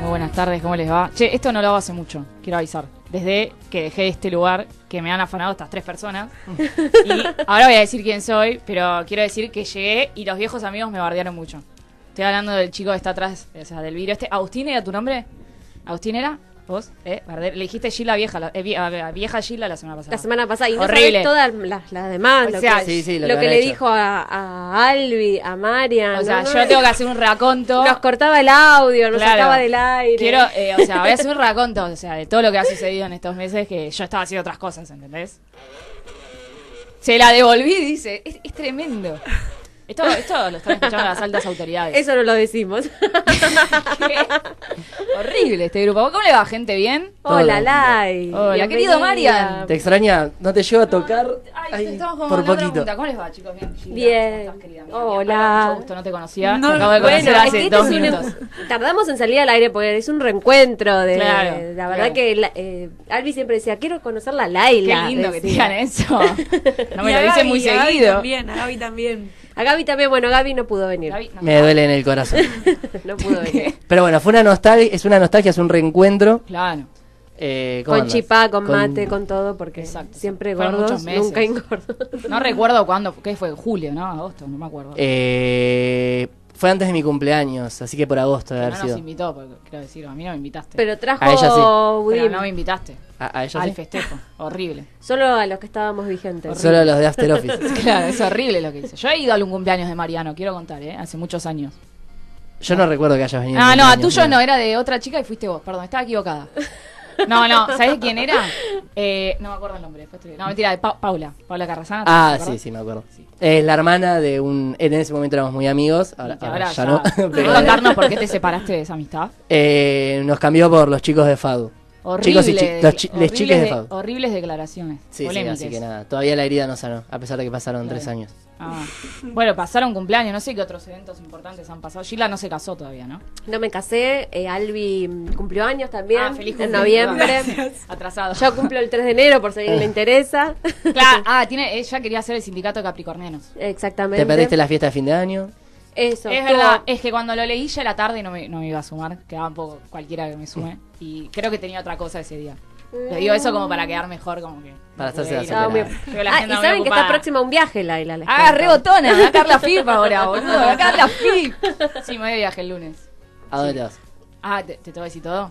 Muy buenas tardes, ¿cómo les va? Che, esto no lo hago hace mucho, quiero avisar. Desde que dejé este lugar, que me han afanado estas tres personas. Y ahora voy a decir quién soy, pero quiero decir que llegué y los viejos amigos me bardearon mucho. Estoy hablando del chico que está atrás, o sea, del video este. ¿Agustín era tu nombre? ¿Agustín era? ¿Vos? ¿Eh? Barder- Le dijiste Gila vieja, la, eh, vie- a- a vieja Gila la semana pasada. La semana pasada. Y no Horrible. sabés todas las, las demás. O lo sea, que, Sí, sí, lo lo, que que, habrá le hecho. dijo a, a Albi, a Marian. O sea, ¿no? yo tengo que hacer un raconto. Nos cortaba el audio, nos Claro. sacaba del aire. Quiero, eh, o sea, voy a hacer un raconto, o sea, de todo lo que ha sucedido en estos meses que yo estaba haciendo otras cosas, ¿entendés? Se la devolví, dice. Es, es tremendo. Esto, esto lo están escuchando las altas autoridades. Eso no lo decimos. Qué Horrible este grupo. ¿Cómo le va, gente? ¿Bien? Hola, Todo. Lai. Hola, Bienvenida. querido Marian. ¿Te extraña? ¿No te llevo a tocar? Ay, Ay, estamos como por en la otra poquito. pregunta. ¿Cómo les va, chicos? Bien. Gila, Bien. ¿cómo estás, querida? Mía, Hola. mía, Mucho gusto, no te conocía. No, Te acabo de bueno, conocer Bueno, es hace que este dos es un minutos. en- tardamos en salir al aire porque es un reencuentro de Claro, la verdad claro. que la- eh, Albi siempre decía quiero conocer la Laila. Qué lindo que te decía. digan ¿eh? eso. No me Y lo a dicen Gaby, muy a Gaby seguido. también, a Gaby también. A Gaby también, bueno, Gaby no pudo venir. Gaby, no. Me duele en el corazón. No pudo venir. Pero bueno, fue una nostalgia, es una nostalgia, es un reencuentro. Claro. Eh, ¿cómo Con andás? chipá, con mate, con todo, porque Exacto. siempre Fueron gordos, muchos meses. nunca engordos. No recuerdo cuándo, ¿qué fue? ¿Julio, no? ¿Agosto? No me acuerdo. Eh, fue antes de mi cumpleaños, así que por agosto Que no debe haber nos sido. invitó, porque, quiero decir, a mí no me invitaste. Pero trajo A ella sí. Pero budín. no me invitaste A, a ella al sí. festejo. Horrible. Solo a los que estábamos vigentes. Solo los de After Office. Claro, es horrible lo que hice. Yo he ido a algún cumpleaños de Mariano, quiero contar, ¿eh? Hace muchos años. Yo no recuerdo que hayas venido. Ah, en no, a cumpleaños, tuyo mira. no, era de otra chica y fuiste vos, perdón, estaba equivocada. No, no, ¿sabés de quién era? Eh, no me acuerdo el nombre. después te- No, mentira, de Pa- Paula, Paula Carrasana. ¿te Ah, acordás? sí, sí, me acuerdo. Es la hermana de un. En ese momento éramos muy amigos. Ahora, Y que ahora ahora ya, ya- no. ¿Querés pero- contarnos por qué te separaste de esa amistad? Eh, nos cambió por los chicos de FADU. Horrible, chicos y chi- los chi- les horribles chiques de de- FADU. Horribles declaraciones. Sí, sí, polémicas. así que nada. Todavía la herida no sanó, a pesar de que pasaron tres años. Ah. Bueno, pasaron cumpleaños, no sé qué otros eventos importantes han pasado. Gila no se casó todavía, ¿no? No me casé, eh, Albi mm, cumplió años también, Ah, feliz en cumpleaños. noviembre. Atrasado. Yo cumplo el 3 de enero, por si a alguien le Eh. interesa. Claro, ah, tiene, ella quería hacer el sindicato de Capricornianos. Exactamente. ¿Te perdiste la fiesta de fin de año? Eso. Es estuvo- verdad, eh, es que cuando lo leí ya era tarde y no me, no me iba a sumar. Quedaba un poco cualquiera que me sume. Y creo que tenía otra cosa ese día. Mm. Lo digo eso como para quedar mejor, como que. Para hacerse Porque la Estaba muy- superada. Yo la Ah, y agenda muy saben que está ocupada. próxima un viaje, Laila. les Ah, cuento. rebotona, va a caer la FIP ahora, boludo. Va a caer la FIP. Sí, me voy de viaje el lunes. ¿A dónde te vas? Ah, ¿te, te tengo que decir todo?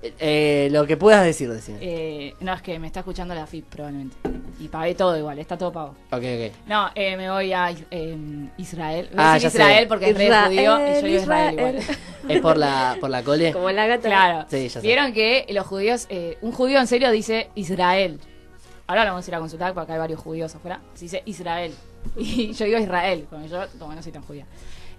Eh, eh, lo que puedas decir, decime. Eh, no, es que me está escuchando la FIP probablemente. Y pagué todo igual, está todo pago. Ok, ok. No, eh, me voy a eh, Israel. Voy Ah, a decir ya sé. Israel porque es re Israel, judío y yo digo Israel Israel. igual. ¿Es por la, por la cole? Como la gata. Claro. Sí, ya sé. Vieron que los judíos, eh, un judío en serio dice Israel. Ahora lo vamos a ir a consultar porque acá hay varios judíos afuera. Se dice Israel. Y yo digo Israel, porque yo como no soy tan judía.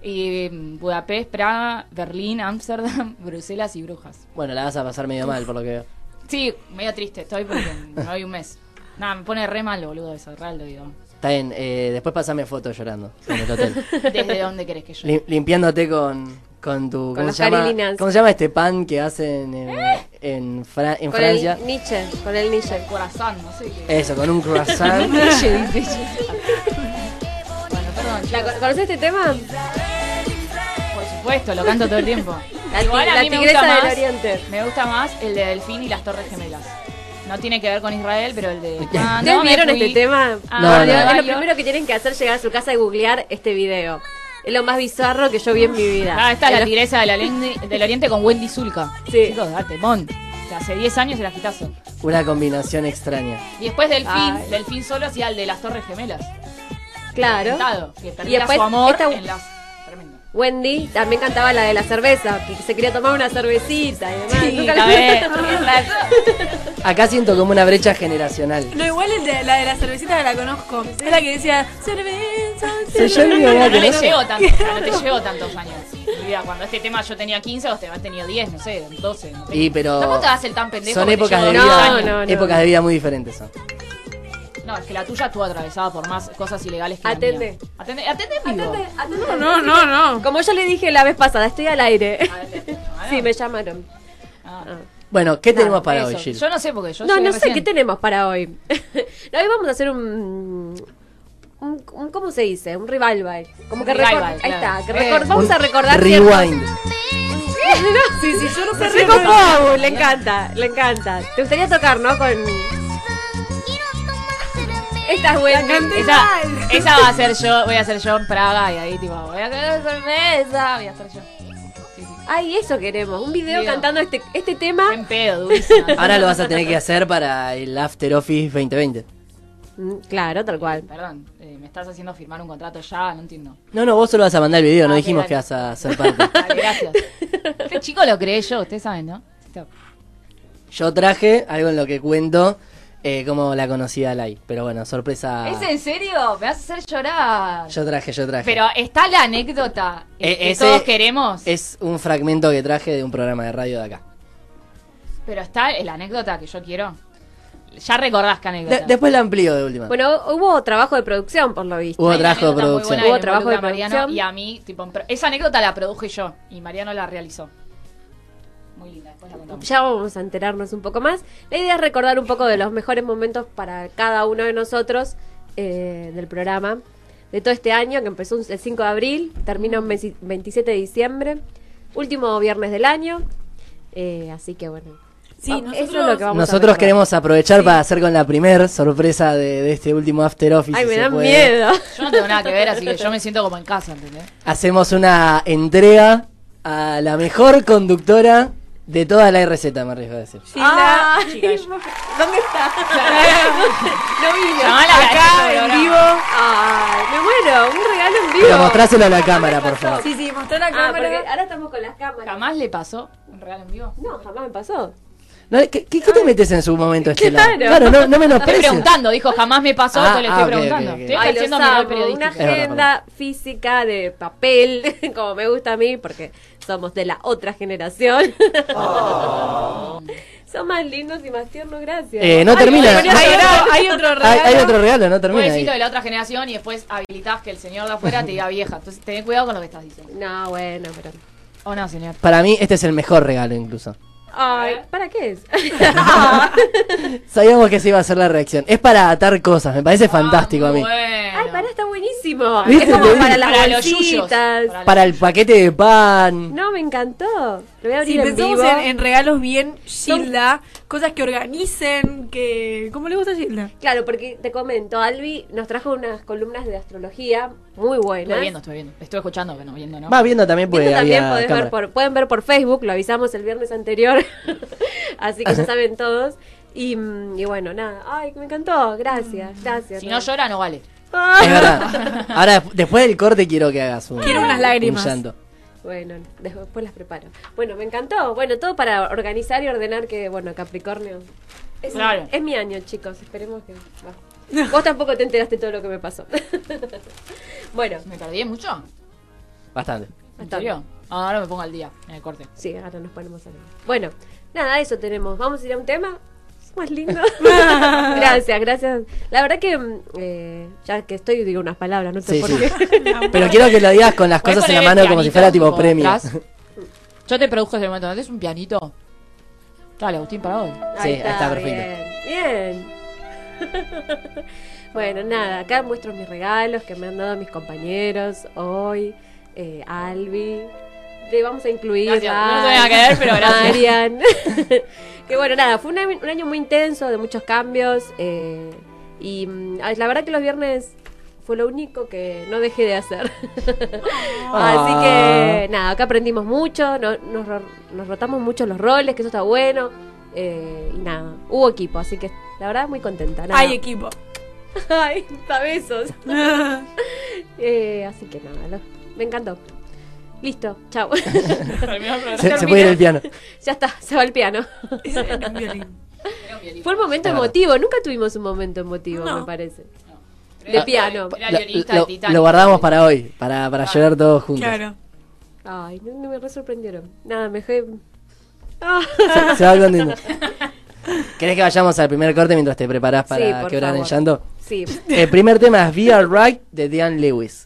Y mm, Budapest, Praga, Berlín, Ámsterdam, Bruselas y Brujas. Bueno, la vas a pasar medio mal, por lo que veo. Sí, medio triste estoy porque me voy un mes. Nada, me pone re mal, boludo, eso, real lo digo. Está bien, eh, después pasame fotos llorando en el hotel. ¿Desde dónde querés que yo? Lim- limpiándote con, con tu. ¿Cómo las se llama? canilinas. ¿Cómo se llama este pan que hacen en, en, Fra- en Con Francia? el Nietzsche. Con el Nietzsche. Corazón, no sé Eh. qué. Eso, con un croissant. Bueno, perdón, ¿La, chicos, con- ¿Conoces este tema? por supuesto, lo canto todo el tiempo. La, Igual ti- a la mí me tigresa gusta del más- oriente. Me gusta más el de Delfín y las Torres Gemelas. No tiene que ver con Israel, pero el de. ¿Ustedes Cuando Ah, me vieron fui Ah, este tema? a No, Por no. Dios, Es Barrio- lo primero que tienen que hacer llegar a su casa y googlear este video. Es lo más bizarro que yo vi en mi vida. Ah, está Es la lo- tigresa del, Alen- del Oriente con Wendy Zulka. Sí. Chicos, date, mon. O sea, hace 10 años era agitazo. Una combinación extraña. Y después Delfín, Ay. Delfín solo hacía el de las Torres Gemelas. Claro. Sentado, que Y perdía después su amor esta- en las. Tremendo. Wendy también cantaba la de la cerveza, que se quería tomar una cervecita y demás. Sí, Nunca la la- ve. Acá siento como una brecha generacional. No, igual el de, la de la cervecita la conozco. Es la que decía, cerveza, Sí, yo ni me voy a No le acordar. llevo tantos, o sea, no te llevo tantos años. Mira, cuando este tema yo tenía 15, vos te has tenido 10, no sé, 12. No sé. Y pero Tampoco te hagas el tan pendejo. son que te épocas de llevo dos vida, No, años. no, no. épocas de vida muy diferentes. Son. No, es que la tuya estuvo atravesada por más cosas ilegales que la Atendé. mía. Atende. Atende en vivo. No, no, no, no. Como yo le dije la vez pasada, estoy al aire. Sí, me llamaron. Ah, Bueno, ¿qué tenemos para eso. hoy, Gil? Yo no sé porque yo No, llegué no sé recién. qué tenemos para hoy. No, hoy vamos a hacer un, un, un- ¿cómo se dice? Un revival. Como que Revival, recor- Ahí claro. está, que Eh. recor- vamos a recordar Rewind. ciertos- Sí, sí, yo no Se sé re copó, le encanta, le encanta. Te gustaría tocar, ¿no? Con. Esta es buena. Esa, esa va a ser yo, voy a ser yo en Praga y ahí tipo, voy a querer cerveza, voy a ser yo. Ay, eso queremos. Un video Video. cantando este, este tema. En pedo, durísima. Ahora lo vas a tener que hacer para el After Office 2020. Mm, Claro, tal cual. Perdón, eh, me estás haciendo firmar un contrato ya, no entiendo. No, no, vos solo vas a mandar el video, no Ah, dijimos dale. que vas a ser parte. Vale, gracias. Este chico lo creé yo, ustedes saben, ¿no? Esto- Yo traje algo en lo que cuento eh, cómo la conocí a Lai, pero bueno, sorpresa. ¿Es en serio? Me vas a hacer llorar. Ah. Yo traje, yo traje. Pero está la anécdota eh, Eh, que ese- todos queremos. Es un fragmento que traje de un programa de radio de acá. Pero está la anécdota que yo quiero. Ya recordás que anécdota. De- después la amplío de última. Bueno, hubo trabajo de producción, por lo visto. Hubo Hay una trabajo de anécdota muy producción. buena que Hubo le trabajo involucra de a Mariano producción. Y a mí, tipo, en pro- esa anécdota la produje yo y Mariano la realizó. Muy linda, después la contamos. Ya vamos a enterarnos un poco más. La idea es recordar un poco de los mejores momentos para cada uno de nosotros eh, del programa. De todo este año, que empezó un- el 5 de abril, termina el 27 de diciembre, último viernes del año. Eh, así que bueno. Sí, Va- nosotros- eso es lo que vamos a Nosotros recordar. queremos aprovechar para hacer con la primer sorpresa de, de este último After Office. Ay, si me se dan puede. miedo. Yo no tengo nada que ver, así que yo me siento como en casa, ¿entendés? Hacemos una entrega a la mejor conductora de toda la RZ, me arriesgo a decir. Gilda, Ay, chica, yo- ¿Dónde está? No vino. Llamala a Acá este en programa. vivo. Ay, me muero. Un regalo en vivo. Pero mostráselo a la cámara, por favor. Sí, sí, mostró la Ah, porque cámara. ahora estamos con las cámaras. Jamás le pasó un real en vivo. No, jamás me pasó. No, ¿qué, qué- qué te metes en su momento, Estela? Claro. Claro, no, no Estoy menosprecies. preguntando, dijo jamás me pasó, Ah, yo le estoy ah, ok, preguntando. ok, ok. Estoy Ay, los haciendo mi rol amo. Una periodístico. verdad, agenda física de papel, como me gusta a mí, porque somos de la otra generación. Son más lindos y más tiernos, gracias. Oh. Eh, no Ay, termina. bueno, Hay- hay otro Hay, hay otro regalo, no termina ahí. Pobrecito de la otra generación y después habilitás que el señor de afuera te diga vieja. Entonces ten cuidado con lo que estás diciendo. No, bueno, pero. O no, señor. Para mí, este es el mejor regalo, incluso. Ay, ¿para qué es? Sabíamos que esa iba a ser la reacción. Es para atar cosas, me Ah, parece fantástico a mí. Bueno. Ay, pará, está buenísimo. ¿Viste? Es como Lo vi. para las Para los yuyos. bolsitas. Para Para el paquete de pan. No, me encantó. Lo voy a Sí, abrir en pensamos vivo. en, en regalos bien Gilda, cosas que organicen, que... ¿Cómo le gusta a Gilda? Claro, porque te comento, Albi nos trajo unas columnas de astrología muy Estuve buenas. viendo, estuve viendo. Estuve escuchando, pero no viendo, ¿no? Va viendo también, Esto puede también Pues, había podés ver cámara. por, pueden ver por Facebook, lo avisamos el viernes anterior, así que ya saben todos. Y, mm, y bueno, nada, ay, me encantó, gracias, gracias. Si no llora, no vale. Ay. Es verdad. Ahora, desp- después del corte, quiero que hagas un. Quiero unas un lágrimas. llanto. Bueno, después las preparo. Bueno, me encantó, bueno, todo para organizar y ordenar que, bueno, Capricornio. Es, Claro. es mi año, chicos, esperemos que... va. Vos tampoco te enteraste todo lo que me pasó. bueno, ¿Me perdí mucho? Bastante. ¿En Bastante. serio? Ah, Ahora me pongo al día, en el corte. Sí, ahora nos ponemos a hablar. Bueno, nada, eso tenemos. Vamos a ir a un tema más lindo. gracias, gracias. La verdad que, mm, eh, ya que estoy, digo unas palabras, no sé Sí, por sí. qué. Pero quiero que lo digas con las ¿Puedes cosas en la poner el mano como si pianito, fuera tipo premio. atrás? Yo te produjo ese momento, ¿no tenés un pianito? Dale, Agustín, para hoy. Sí, está perfecto. Bien. bien. bueno, nada, acá muestro mis regalos que me han dado mis compañeros hoy, eh, Albi. Le vamos a incluir Gracias, a no se me va a quedar, pero gracias. Marian. que bueno, nada, fue un, año- un año muy intenso, de muchos cambios. eh, y mm, ay, la verdad que los viernes fue lo único que no dejé de hacer. Ah. Así que nada, acá aprendimos mucho, no- nos, ro- nos rotamos mucho los roles, que eso está bueno. eh, y nada, hubo equipo, así que la verdad muy contenta. nada. Hay equipo. Ay, da besos. Eh, así que nada, lo- me encantó. Listo, chao. Se, se puede ir el piano. ya está, se va el piano. Ese era un violín. Fue un momento Es verdad. emotivo, nunca tuvimos un momento emotivo, No. me parece. Ah, De piano. Era Lo, guionista lo- de Titanic. lo guardamos para hoy, para, para llorar todos juntos. Claro. Ay, no, no me re sorprendieron. Nada, me dejé. Ah. Se, se va contento. ¿Querés que vayamos al primer corte mientras te preparás Sí, para por quebrar en favor. llanto? Sí. El primer tema es Be Alright de Diane Lewis.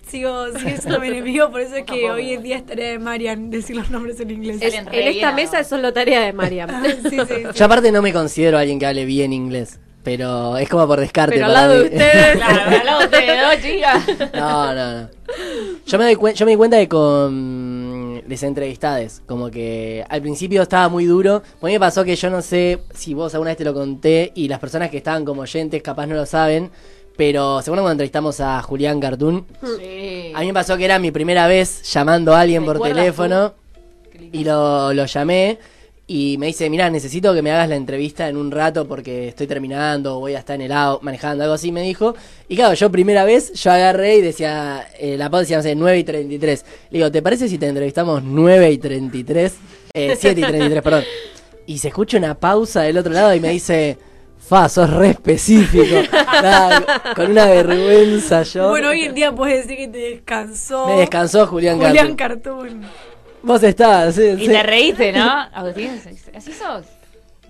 sigo, sigo siendo mi enemigo, por eso es que hoy en día es tarea de Marian decir los nombres en inglés. Es- Ellen en Rey esta era- mesa es solo tarea de Mariam. Ah, sí, sí, sí. Yo aparte no me considero alguien que hable bien inglés, pero es como por descarte Pero al para lado de mí. ustedes. Claro, me habló usted de dos chicas. No, no, no. Yo me, doy cuen- yo me di cuenta que con las entrevistades, como que al principio estaba muy duro. A mí me pasó que yo no sé si vos alguna vez te lo conté y las personas que estaban como oyentes capaz no lo saben, pero según cuando entrevistamos a Julián Cartoon, Sí. a mí me pasó que era mi primera vez llamando a alguien por ¿Recuerdas teléfono Qué lindo. y lo, lo llamé. Y me dice, mirá, necesito que me hagas la entrevista en un rato porque estoy terminando, voy a estar en el auto, manejando, algo así, me dijo. Y claro, yo primera vez, yo agarré y decía, eh, la pausa decía, no sé, 9 y 33. Le digo, ¿te parece si te entrevistamos 9 y 33? Eh, 7 y 33, perdón. Y se escucha una pausa del otro lado y me dice, fa, sos re específico. Nada, con una vergüenza yo. Bueno, hoy en día puedes decir que te descansó. Me descansó Julián, Julián Julián Cartoon. Vos estabas, sí, Y sí. te reíste, ¿no? Agustín, así sos.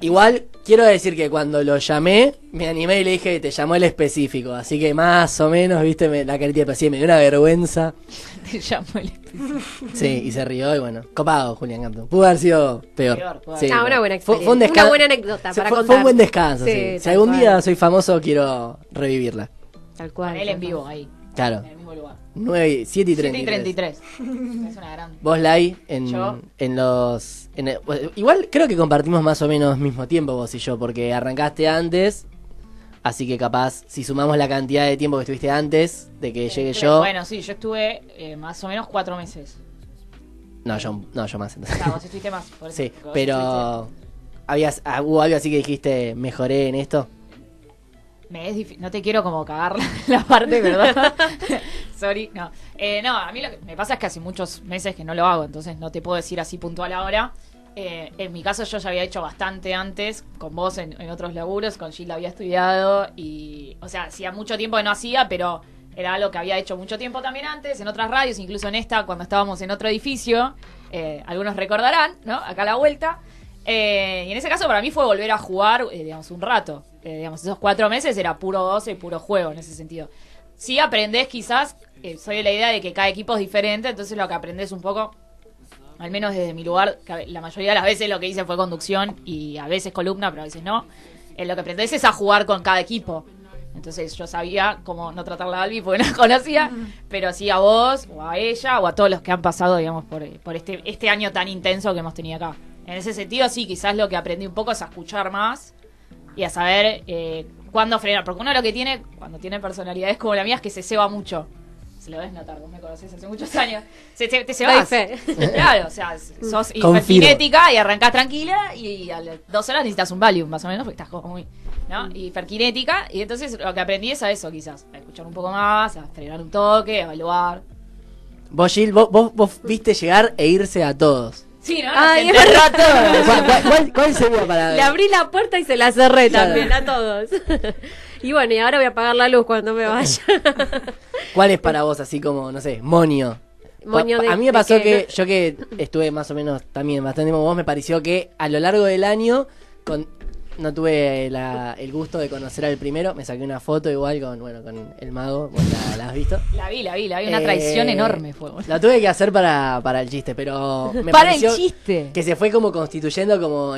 Igual quiero decir que cuando lo llamé, me animé y le dije, te llamó el específico. Así que más o menos, viste, me- la carita pero sí, me dio una vergüenza. Te llamo el especial. Sí, y se rió y bueno, copado Julián Cantón. Pudo haber sido peor. Peor, pudo Sí, haber. Ah, pero una buena fue- fue un experiencia. descan- Una buena anécdota Sí, para fue, contar. fue un buen descanso, sí. Sí, Si tal algún día cual. soy famoso, quiero revivirla. Tal cual. Con él en vivo ahí, Claro. en el mismo lugar. 9, 7 Ah. y 7 y 33. 33. Es una gran. Vos, Lai, en, Yo. en los... en el- bueno, igual creo que compartimos más o menos mismo tiempo vos y yo, porque arrancaste antes, así que capaz, si sumamos la cantidad de tiempo que estuviste antes, de que llegue Tres. yo... Bueno, sí, yo estuve eh, más o menos cuatro meses. No, yo, no, yo más. entonces. Claro, vos estuviste más. Por eso, sí, porque vos estuviste- pero... Habías, ah, ¿Hubo algo así que dijiste, mejoré en esto? Me es difí- No te quiero como cagar la, la parte, ¿verdad? Sorry, no. Eh, no, a mí lo que me pasa es que hace muchos meses que no lo hago, entonces no te puedo decir así puntual ahora. Eh, en mi caso yo ya había hecho bastante antes, con vos en, en otros laburos, con Gil había estudiado y, o sea, hacía mucho tiempo que no hacía, pero era algo que había hecho mucho tiempo también antes, en otras radios, incluso en esta, cuando estábamos en otro edificio, eh, algunos recordarán, ¿no? Acá a la vuelta. Eh, y en ese caso para mí fue volver a jugar, eh, digamos, un rato. Eh, digamos, esos cuatro meses era puro 12 y puro juego en ese sentido. Si aprendés quizás, eh, soy de la idea de que cada equipo es diferente, entonces lo que aprendés un poco, al menos desde mi lugar, que a ve- la mayoría de las veces lo que hice fue conducción y a veces columna, pero a veces no. Eh, lo que aprendés es a jugar con cada equipo. Entonces yo sabía cómo no tratarla a Albi porque no la conocía, pero sí a vos o a ella o a todos los que han pasado, digamos, por, por este, este año tan intenso que hemos tenido acá. En ese sentido, sí, quizás lo que aprendí un poco es a escuchar más y a saber eh, cuándo frenar. Porque uno lo que tiene, cuando tiene personalidades como la mía, es que se ceba mucho. Se lo ves notar, vos me conocés hace muchos años. Se, se- te cebas. Doy Eh, Claro, o sea, Mm. sos Confirmo. hiperkinética y arrancás tranquila y a las dos horas necesitas un value, más o menos, porque estás como muy. Mm. ¿No? Hiperkinética. Y entonces lo que aprendí es a eso, quizás. A escuchar un poco más, a frenar un toque, a evaluar. Vos, Gil, vos, vos, vos viste llegar e irse a todos. Sí, ¿no? Ay, Senté es un verdad. rato. ¿Cuál, cuál- cuál- cuál sería para Ah, Le abrí la puerta y se la cerré Claro. también a todos. y bueno, y ahora voy a apagar la luz cuando me vaya. ¿Cuál es para vos así como, no sé, moño? Moño Pa- de- a mí me de pasó que, que yo que estuve más o menos también bastante tiempo con vos, me pareció que a lo largo del año con, no tuve la- el gusto de conocer al primero, me saqué una foto igual con, bueno, con el mago, vos la, la has visto. La vi, la vi, la vi. Una Eh, traición enorme fue. boludo. La tuve que hacer para, para el chiste, pero me Para el pareció chiste. que se fue como constituyendo como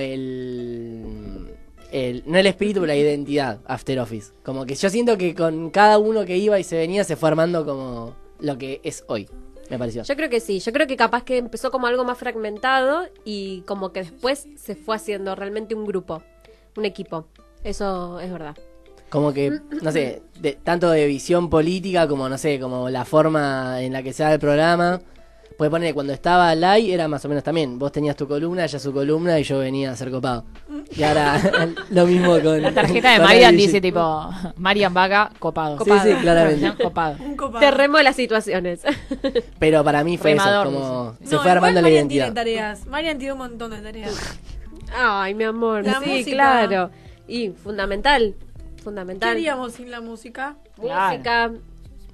el, el- no el espíritu, pero la identidad After Office. Como que yo siento que con cada uno que iba y se venía se fue armando como lo que es hoy, me pareció. Yo creo que sí, yo creo que capaz que empezó como algo más fragmentado y como que después se fue haciendo realmente un grupo, un equipo. Eso es verdad. Como que, no sé, de- tanto de visión política como, no sé, como la forma en la que se da el programa. Puedes poner, cuando estaba Lai era más o menos también. Vos tenías tu columna, ella su columna y yo venía a ser copado. Y ahora lo mismo con. La tarjeta de con Marian Angie. dice tipo, Marian Vaga, copado. Sí, sí, claramente. Copado. Un copado. Te remo las situaciones. Pero para mí fue Remador, eso, como No, se fue igual armando la Marian identidad. tiene tareas. Marian tiene un montón de tareas. Ay, mi amor. La sí, música. claro. Y fundamental. ¿Qué Fundamental. haríamos sin la música? Música,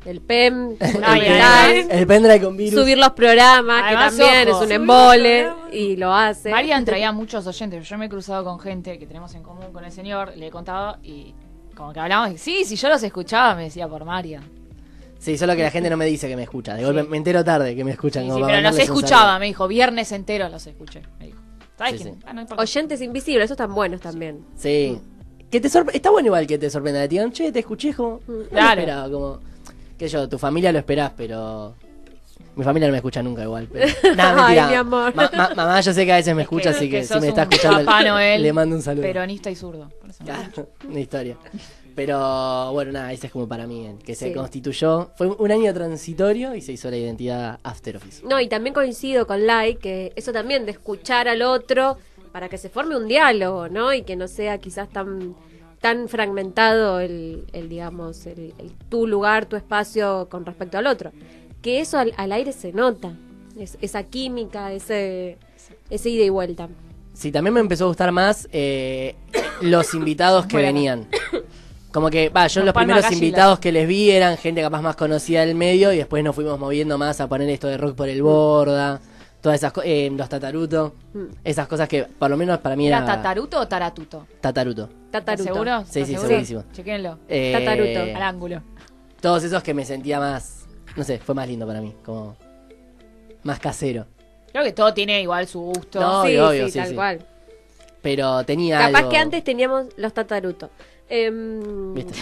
el E PEM, Ay, fundamental. El pendrive con virus. Subir los programas, Además, que ojo. también es un Subir los embole. programas. Y lo hace. Marian traía muchos oyentes. Yo me he cruzado con gente que tenemos en común con el señor, le he contado y como que hablamos. y, Sí, si yo los escuchaba, me decía por Marian. Sí, solo que la gente no me dice que me escucha. De golpe me entero tarde que me escuchan. Sí, como sí, para pero los mandarles un escuchaba, saludo. me dijo. Viernes entero los escuché. Me dijo. ¿Sabes Sí, quién? sí. Ah, no importa. Oyentes invisibles, esos están buenos también. Sí. Que te sorpre- Está bueno igual que te sorprenda. Te digan, che, te escuché, es como. No lo Claro. esperaba, como. Qué sé yo, tu familia lo esperás, pero. Mi familia no me escucha nunca igual. Pero... Nah, Ay, mentira. mi amor. Ma- ma- mamá, yo sé que a veces me Es que- escucha, así que, si sos me está un escuchando, Papá le- Noel, le mando un saludo. Peronista y zurdo. por eso me gusta. Claro, una historia. Pero bueno, nada, ese es como para mí, el que se Sí. constituyó. Fue un año transitorio y se hizo la identidad After Office. No, y también coincido con Lai que eso también de escuchar al otro para que se forme un diálogo, ¿no? Y que no sea quizás tan tan fragmentado el, el, digamos, el, el tu lugar, tu espacio con respecto al otro. Que eso al, al aire se nota, es- esa química, ese, ese ida y vuelta. Sí, también me empezó a gustar más eh, los invitados que Bueno. venían. Como que, va, yo Nos los palma primeros gallina. invitados que les vi eran gente capaz más conocida del medio y después nos fuimos moviendo más a poner esto de rock Mm. por el borda, todas esas cosas, los tataruto, esas cosas que por lo menos para mí ¿Era era tataruto o taratuto? tataruto. ¿Estás Tataruto. seguro? Sí, ¿Estás sí, seguro? segurísimo. Chequenlo. Eh, Tataruto. Al ángulo. todos esos que me sentía más, no sé, fue más lindo para mí, como más casero. Creo que todo tiene igual su gusto. No, sí, obvio, obvio, sí, sí, tal sí. cual. Pero tenía Capaz algo- que antes teníamos los tatarutos. Em, ¿Viste?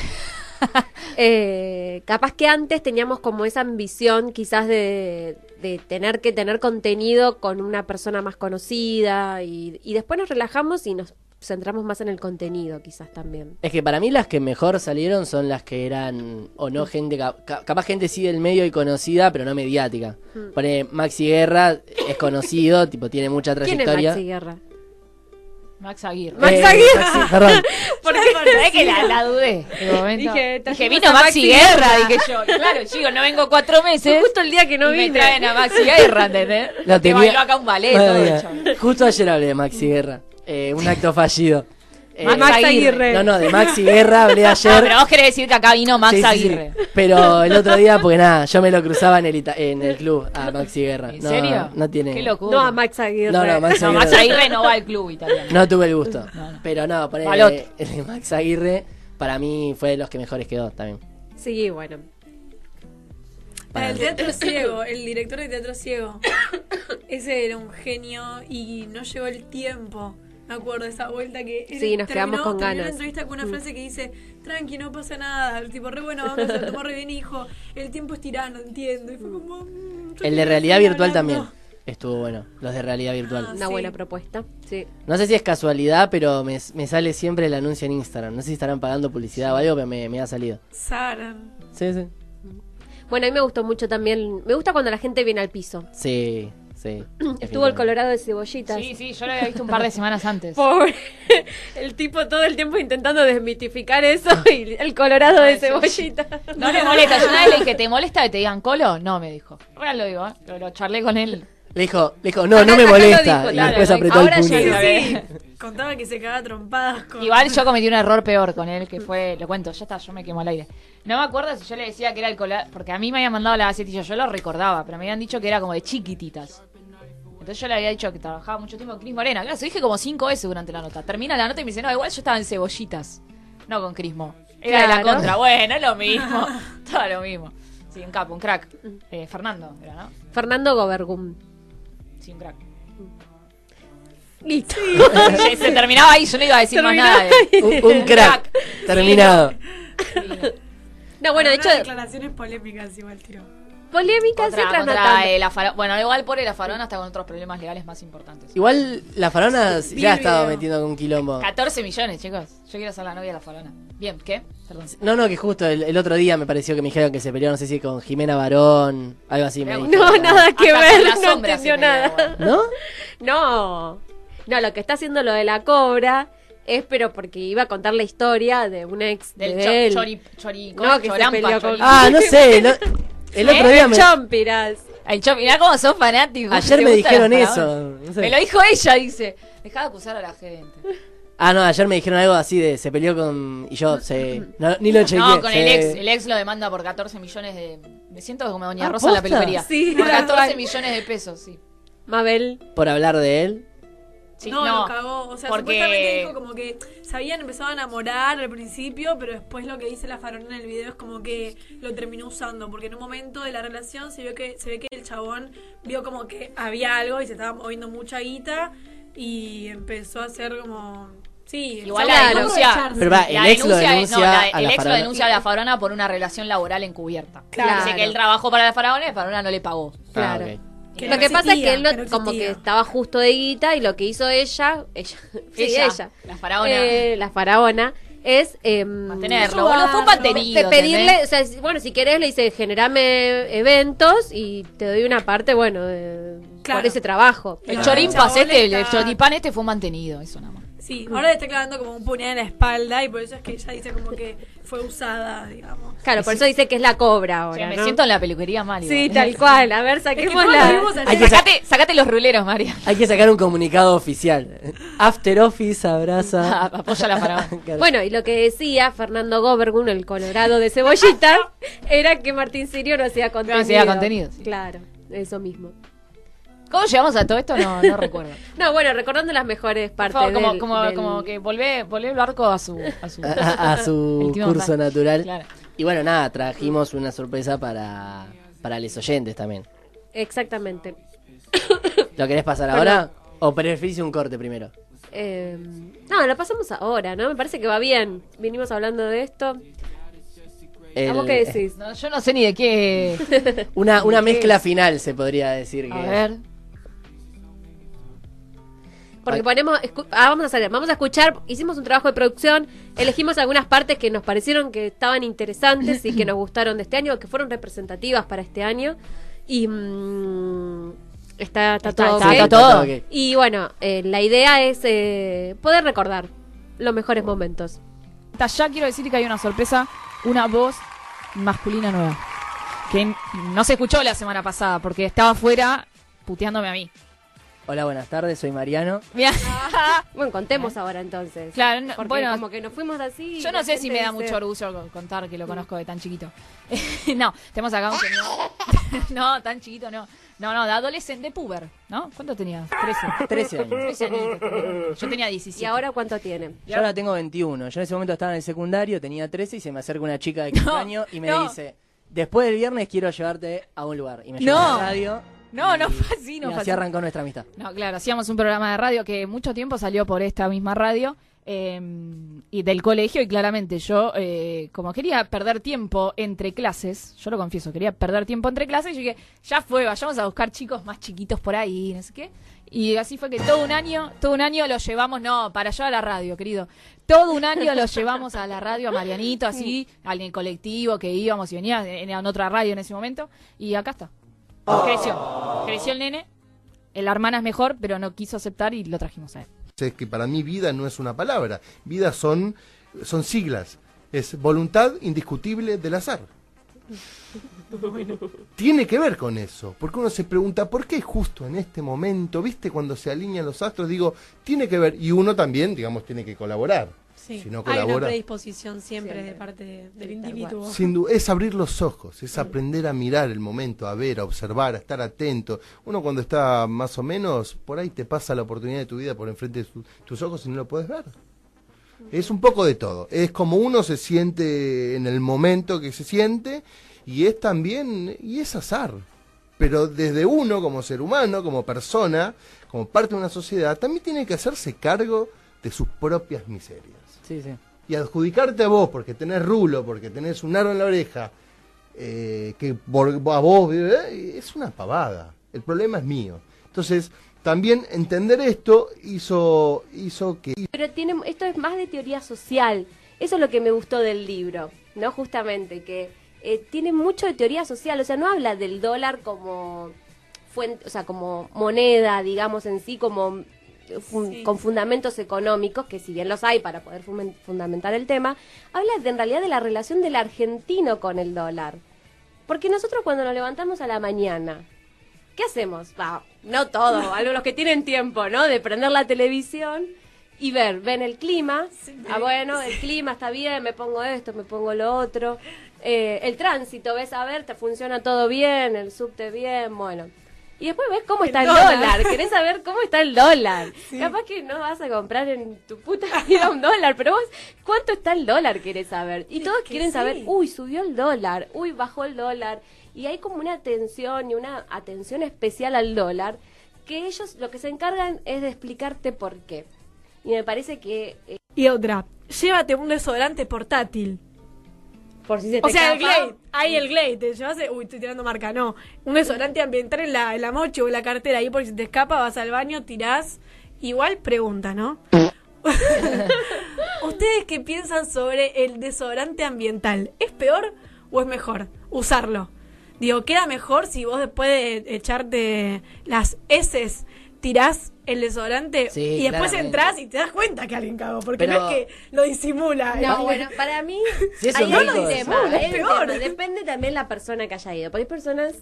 Eh, capaz que antes teníamos como esa ambición quizás de, de tener que tener contenido con una persona más conocida y, y después nos relajamos y nos centramos más en el contenido quizás también. Es que para mí las que mejor salieron son las que eran o Mm. no gente, ca- ca- capaz gente sí del medio y conocida, pero no mediática. Mm. Pone Maxi Guerra es conocido, tipo tiene mucha ¿Quién es trayectoria. Maxi Guerra? Max Aguirre. Maxi Guerra. perdón. ¿Por qué? ¿Sabés que la, la dudé? de momento? Dije, trajimos vino a Maxi, Maxi Guerra, Guerra. dije yo. Claro, chico, no vengo cuatro meses. Justo el día que no y me vine. traen a Maxi Guerra, ¿entendés? Lo Te tenía- bailó acá un ballet, Madre todo mía. hecho. Justo ayer hablé de Maxi Guerra, Eh, un acto fallido. Eh, Max Maxi Aguirre. No, no, de Maxi Guerra hablé ayer. No, Ah, pero vos querés decir que acá vino Max Sí, sí, sí. Aguirre. Pero el otro día, porque nada, yo me lo cruzaba en el, Ita- en el club a Maxi Guerra. ¿En No, serio? No tiene. Qué locura. No, a Max Aguirre. No, no, Maxi No, Guerra. Max Aguirre no va al club italiano. No tuve el gusto. No, no. Pero no, poner Palot. el de Max Aguirre para mí fue de los que mejores quedó también. Sí, bueno. La Para del mí. teatro ciego, el director de teatro ciego. Ese era un genio y no llegó el tiempo. Me acuerdo de esa vuelta que. Sí, nos quedamos con terminó ganas. una entrevista Mm. con una frase que dice: Tranqui, no pasa nada. El tipo, re bueno, vamos, se lo tomó re bien y dijo: El tiempo es tirano, entiendo. Y fue como. "Mm, yo El de quiero realidad seguir virtual hablando". también estuvo bueno. Los de realidad virtual. Una Sí. buena propuesta. Ah, Sí. No sé si es casualidad, pero me, me sale siempre el anuncio en Instagram. No sé si estarán pagando publicidad o algo, pero me, me ha salido. Saran. Sí, sí. Bueno, a mí me gustó mucho también. Me gusta cuando la gente viene al piso. Sí, sí. Estuvo el Colorado de Cebollitas. Sí, sí, yo lo había visto un par de semanas antes. Pobre. El tipo todo el tiempo intentando desmitificar eso y el colorado de cebollita. No le molesta, yo una vez le dije, ¿te molesta que te digan colo? No, me dijo. Real lo digo, ¿eh? lo, lo charlé con él. Le dijo, le dijo, no, Acá- no me acá lo molesta. dijo, y claro, después lo apretó dijo. el Ahora ya puño. Sí, lo sí. Contaba que se cagaba a trompadas con. Igual yo cometí un error peor con él, que fue, lo cuento, ya está, yo me quemo al aire. No me acuerdo si yo le decía que era el colorado, porque a mí me habían mandado la gacetilla, yo lo recordaba, pero me habían dicho que era como de chiquititas. Entonces yo le había dicho que trabajaba mucho tiempo con Cris Morena. Claro, se lo dije como cinco veces durante la nota. Termina la nota y me dice, no, igual yo estaba en cebollitas, no con Crismo. Era de la Claro. contra, bueno, es lo mismo, todo lo mismo. Sí, un capo, un crack. Eh, Fernando, era, ¿no? Fernando Gobergum. Sí, un crack. Listo. se, se terminaba ahí, yo no iba a decir más nada. de- Un, un crack. Terminado. No, bueno, de hecho, Algunas declaraciones polémicas igual tiró. Polémicas Contra, y otras no contra tanto. el Afarón. Bueno, igual por el Afarón hasta con otros problemas legales más importantes. Igual la farona Sí, ya ha vi el estado video. metiendo con quilombo. 14 millones, chicos. Yo quiero ser la novia de la farona. Bien, ¿qué? Perdón. No, no, que justo el, el otro día me pareció que me dijeron que se peleó, no sé si con Jimena Barón, algo así me No, dijeron. No, nada que Hasta con la ver, no sombra entendió se pelea, nada. ¿No? No, no, lo que está haciendo lo de la cobra es pero porque iba a contar la historia de un ex Del de cho- él. chori, chori, No, ¿cómo? que se chorampa, peleó con- chori- Ah, no sé. El, o- el otro día me, Chompiras. El chop, mirá cómo sos fanático. ayer ¿Eh? ¿Te me gustan dijeron las eso. faraonas? no sé. Me lo dijo ella, dice. Dejá de acusar a la gente. Ah, no, ayer me dijeron algo así de se peleó con... Y yo, se... no, ni lo chequeé. No, con el se- ex. El ex lo demanda por 14 millones de. Me siento como Doña Ah, Rosa en la ¿posta? peluquería. Sí, por la 14 verdad. millones de pesos, sí. Mabel. Por hablar de él. Sí, no, no. lo cagó. O sea, porque- supuestamente dijo como que se habían empezado a enamorar al principio, pero después lo que dice la farona en el video es como que lo terminó usando. Porque en un momento de la relación se, vio que, se ve que el chabón vio como que había algo y se estaba moviendo mucha guita y empezó a hacer como. Sí, Igual la empezó como a denuncia. aprovecharse. Pero va, el la ex lo es- no, denuncia la- a el la ex lo faraona. denuncia a la faraona por una relación laboral encubierta. Claro. Dice que él trabajó para la faraona y la faraona no le pagó. Claro. Ah, ok. Que lo no que pasa es existía, que él no- no como que existía. estaba justo de guita y lo que hizo ella, ella, sí, Ella, ella, la faraona. eh, la faraona, es em, Mantenerlo, boludo. Fue un mantenido. pe- pedirle, ¿entendés? o sea, si- bueno, si querés le dice, generame eventos y te doy una parte, bueno, de- Claro. por ese trabajo. El Ah. chorimpas Chabón este, el está- choripán este fue un mantenido, eso nada más. Sí, ahora le está clavando como un puñal en la espalda y por eso es que ella dice como que fue usada, digamos. Claro, por eso dice que es la cobra O ahora, sea, me ¿no? siento en la peluquería mal. Sí, igual. tal cual. A ver, saquemos no la vimos la... ayer. Hay que sacate, sacate los ruleros, María. Hay que sacar un comunicado oficial. After Office abraza. Ah, Apoya la faraona. Claro. Bueno, y lo que decía Fernando Gobergun, el colorado de Cebollita, era que Martín Sirio no hacía contenido. hacía contenido, sí. Claro, eso mismo. ¿Cómo llegamos a todo esto? No, no recuerdo. No, bueno, recordando las mejores Por partes favor, como, del- como, del- como que volvé, volvé el barco a su... A su... a, a su El timón curso va. natural. Claro. Y bueno, nada, trajimos una sorpresa para, para los oyentes también. Exactamente. ¿Lo querés pasar ahora? ¿O preferís un corte primero? Eh, no, lo pasamos ahora, ¿no? Me parece que va bien. Vinimos hablando de esto. ¿Vos El- qué decís? No, yo no sé ni de qué... Una, una mezcla final, se podría decir. A que- ver... Porque Ay. ponemos... escu- Ah, vamos a salir. Vamos a escuchar. Hicimos un trabajo de producción. Elegimos algunas partes que nos parecieron que estaban interesantes y que nos gustaron de este año, que fueron representativas para este año. Y... mm, está, está Está- todo está- ok. está todo todo. ok. Y bueno, eh, la idea es eh, poder recordar los mejores momentos. Ta- Ya quiero decir que hay una sorpresa, una voz masculina nueva. Que n- no se escuchó la semana pasada porque estaba afuera puteándome a mí. Hola, buenas tardes, soy Mariano. Mirá. Bueno, contemos ahora entonces. Claro, no- Porque bueno, como que nos fuimos así. yo no y la sé si gente me da dice- mucho orgullo co- contar que lo conozco de tan chiquito. no, tenemos acá un señor. no, tan chiquito no. No, no, de adolescente, de puber, ¿no? ¿Cuánto tenías? 13. 13 años. 13 añitos tenía. Yo tenía 17. ¿Y ahora cuánto tienen? Yo ahora tengo 21. Yo en ese momento estaba en el secundario, tenía 13 y se me acerca una chica de 15 años y me no. dice, después del viernes quiero llevarte a un lugar. Y me No. llevó a la radio No, no fue así, y no fue así así. arrancó nuestra amistad. No, claro, hacíamos un programa de radio que mucho tiempo salió por esta misma radio eh, y del colegio y claramente yo, eh, como quería perder tiempo entre clases, yo lo confieso, quería perder tiempo entre clases, yo dije, ya fue, vayamos a buscar chicos más chiquitos por ahí, no sé qué. Y así fue que todo un año, todo un año los llevamos, no, para allá a la radio, querido. Todo un año los llevamos a la radio, a Marianito, así, al en el colectivo que íbamos y veníamos, en, en otra radio en ese momento. Y acá está. Creció. Creció el nene. La hermana es mejor, pero no quiso aceptar y lo trajimos a él. es que para mí vida no es una palabra, vida son, son siglas, es voluntad indiscutible del azar. Tiene que ver con eso, porque uno se pregunta, ¿por qué justo en este momento, viste, cuando se alinean los astros? Digo, tiene que ver, y uno también, digamos, tiene que colaborar. Sí. Si no Hay una colabora- predisposición siempre, de parte del individuo. Sin du- es abrir los ojos, es aprender a mirar el momento, a ver, a observar, a estar atento. Uno cuando está más o menos, por ahí te pasa la oportunidad de tu vida por enfrente de su- tus ojos y no lo puedes ver. Es un poco de todo. Es como uno se siente en el momento que se siente y es también, y es azar. Pero desde uno como ser humano, como persona, como parte de una sociedad, también tiene que hacerse cargo de sus propias miserias Sí, sí. y adjudicarte a vos porque tenés rulo, porque tenés un aro en la oreja, eh, que por- a vos, eh, es una pavada. El problema es mío. Entonces, también entender esto hizo, hizo que Pero tiene, esto es más de teoría social. Eso es lo que me gustó del libro, ¿no? Justamente, que eh, tiene mucho de teoría social. O sea, no habla del dólar como fuente, o sea, como moneda, digamos, en sí, como eh, fun- Sí. con fundamentos económicos, que si bien los hay para poder fumen- fundamentar el tema, habla de, en realidad de la relación del argentino con el dólar. Porque nosotros cuando nos levantamos a la mañana, ¿qué hacemos? Va, no todos, algunos que tienen tiempo, ¿no? De prender la televisión y ver, ven el clima, ah bueno, el clima está bien, me pongo esto, me pongo lo otro, Eh, el tránsito, ves a ver, te funciona todo bien, el subte bien, bueno. Y después ves cómo está el dólar. dólar. querés saber cómo está el dólar. Capaz que no vas a comprar en tu puta vida un dólar, pero vos, ¿cuánto está el dólar? Querés saber. Y Es todos que quieren sí. saber, uy, subió el dólar, uy, bajó el dólar. Y hay como una atención y una atención especial al dólar que ellos lo que se encargan es de explicarte por qué. Y me parece que eh, Y otra, llévate un desodorante portátil. por si se te O sea, el escapa- Glade, ahí el Glade, te llevas, uy, estoy tirando marca, no, un desodorante ambiental en la, en la moche o en la cartera, ahí porque si te escapa vas al baño, tirás, igual pregunta, ¿no? ¿Ustedes qué piensan sobre el desodorante ambiental? ¿Es peor o es mejor usarlo? Digo, ¿queda mejor si vos después de echarte las heces tirás el desodorante Sí, y después claramente. entrás y te das cuenta que alguien cagó? Porque Pero- no es que lo disimula. No, es- bueno, para mí Sí, es ahí un hay rico un eso. tema, Es hay un peor. tema. Depende también la persona que haya ido. Porque hay personas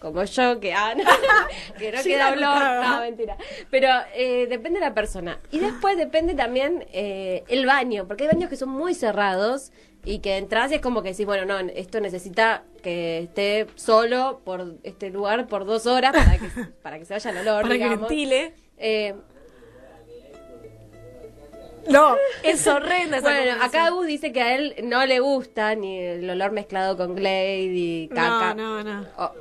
como yo que, ah, no, que no Sí, queda la olor. notaba. No, mentira. Pero eh, depende de la persona. Y después depende también eh, el baño. Porque hay baños que son muy cerrados y que entras y es como que decís, bueno, no, esto necesita que esté solo por este lugar por dos horas para que, para que se vaya el olor. Para que digamos. ventile. Eh, No, es horrenda esa Bueno, combinación. acá Gus dice que a él no le gusta ni el olor mezclado con Glade y caca. Oh, No, no, no. O-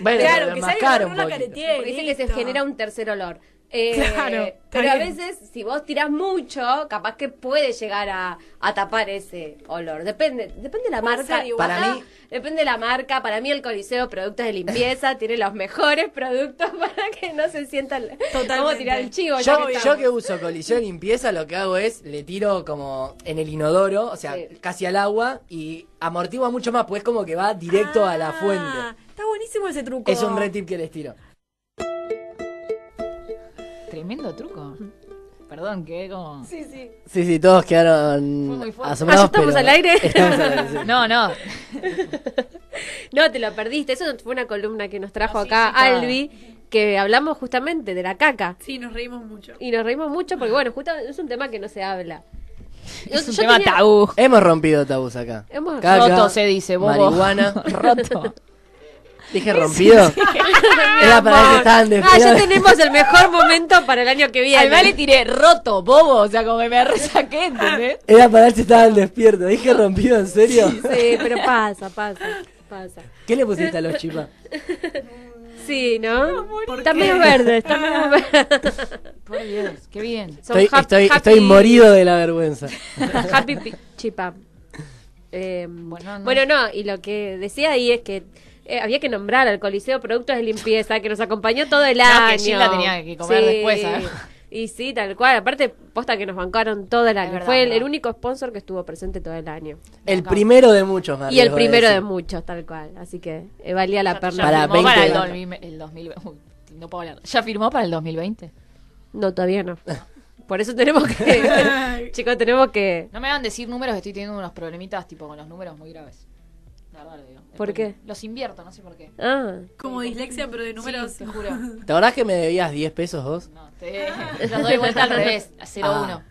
Bueno, claro, que sale enmascara con una poquito. caretilla. porque dice que se listo. genera un tercer olor. Eh, Claro, está pero a bien. veces, si vos tirás mucho, capaz que puede llegar a, a tapar ese olor. Depende depende de la Puede marca. ser igual. Para Para mí, mí- depende de la marca. Para mí, el Coliseo Productos de Limpieza tiene los mejores productos para que no se sientan. Vamos a Totalmente. tirar el chivo. ya Yo, que yo estamos. que uso colisión limpieza, lo que hago es le tiro como en el inodoro, o sea, Sí. casi al agua y amortigua mucho más, pues como que va directo a la Ah, fuente. Está buenísimo ese truco. Es un re tip que les tiro. Tremendo truco. Perdón, quedé como. Sí, sí. Sí, sí, todos quedaron Fue muy fuerte. Ah, ¿ya asombrados. estamos pero- al aire? Estamos al aire, sí. No, no. No, te lo perdiste. Eso fue una columna que nos trajo No, Ah, sí, acá sí, claro. Albi, que hablamos justamente de la caca. Sí, nos reímos mucho. Y nos reímos mucho porque, bueno, justo es un tema que no se habla. Es Yo- un yo tema tenía- tabú. Hemos rompido tabús acá. Hemos Roto se dice, bobo. Marihuana. Roto. Dije rompido. Era para ver que estaban de Ah, ya tenemos el mejor momento para el año que viene. Al vale tiré roto, bobo. O sea, como que me resaqué, ¿entendés? Era para ver si estaban despiertos. Dije rompido, ¿en serio? Sí, pero pasa, pasa, pasa. ¿Qué le pusiste a los chipas? Sí, ¿no? está medio verde, está medio verde. Por Dios, qué bien. Son Estoy, hap- estoy, happy- estoy morido de la vergüenza. Happy pi- Chipa. Eh, Bueno, bueno, no. no. y lo que decía ahí es que eh, había que nombrar al Coliseo Productos de Limpieza, que nos acompañó todo el No, año. que Gilda tenía que comer después, ¿eh? ¿sabes? Y sí, tal cual. Aparte, posta que nos bancaron todo el año. verdad, Fue el, verdad. el único sponsor que estuvo presente todo el año. El primero de muchos, me Y el arriesgo a primero de decir. muchos, tal cual. Así que eh, valía la Ya pena. Para firmó para 20 el, bandas. 2000 el 2020. Uy, no puedo hablar. ¿Ya firmó para el 2020? No, todavía no. Por eso tenemos que... Chicos, tenemos que... No me hagan decir números, estoy teniendo unos problemitas tipo con los números muy graves. La verdad lo digo. ¿Por qué? Los invierto, no sé por qué. Ah. Como dislexia, pero de números. Sí, te juro. ¿Te acordás que me debías 10 pesos vos? No, te los doy vuelta al revés, a 0-1. Ah,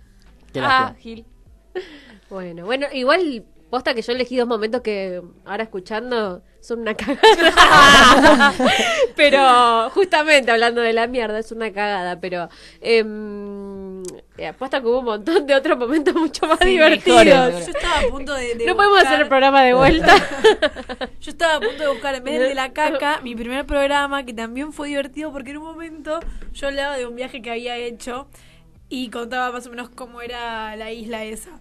qué Ah, lástima. Gil. Bueno, bueno, igual posta que yo elegí dos momentos que ahora escuchando son una cagada. pero justamente hablando de la mierda, es una cagada, pero em, eh, posta que hubo un montón de otros momentos mucho más divertidos. Yo estaba a punto de. de No podemos buscar- hacer el programa de vuelta. Yo estaba a punto de buscar, en vez del de la caca, mi primer programa, que también fue divertido, porque en un momento yo hablaba de un viaje que había hecho y contaba más o menos cómo era la isla esa.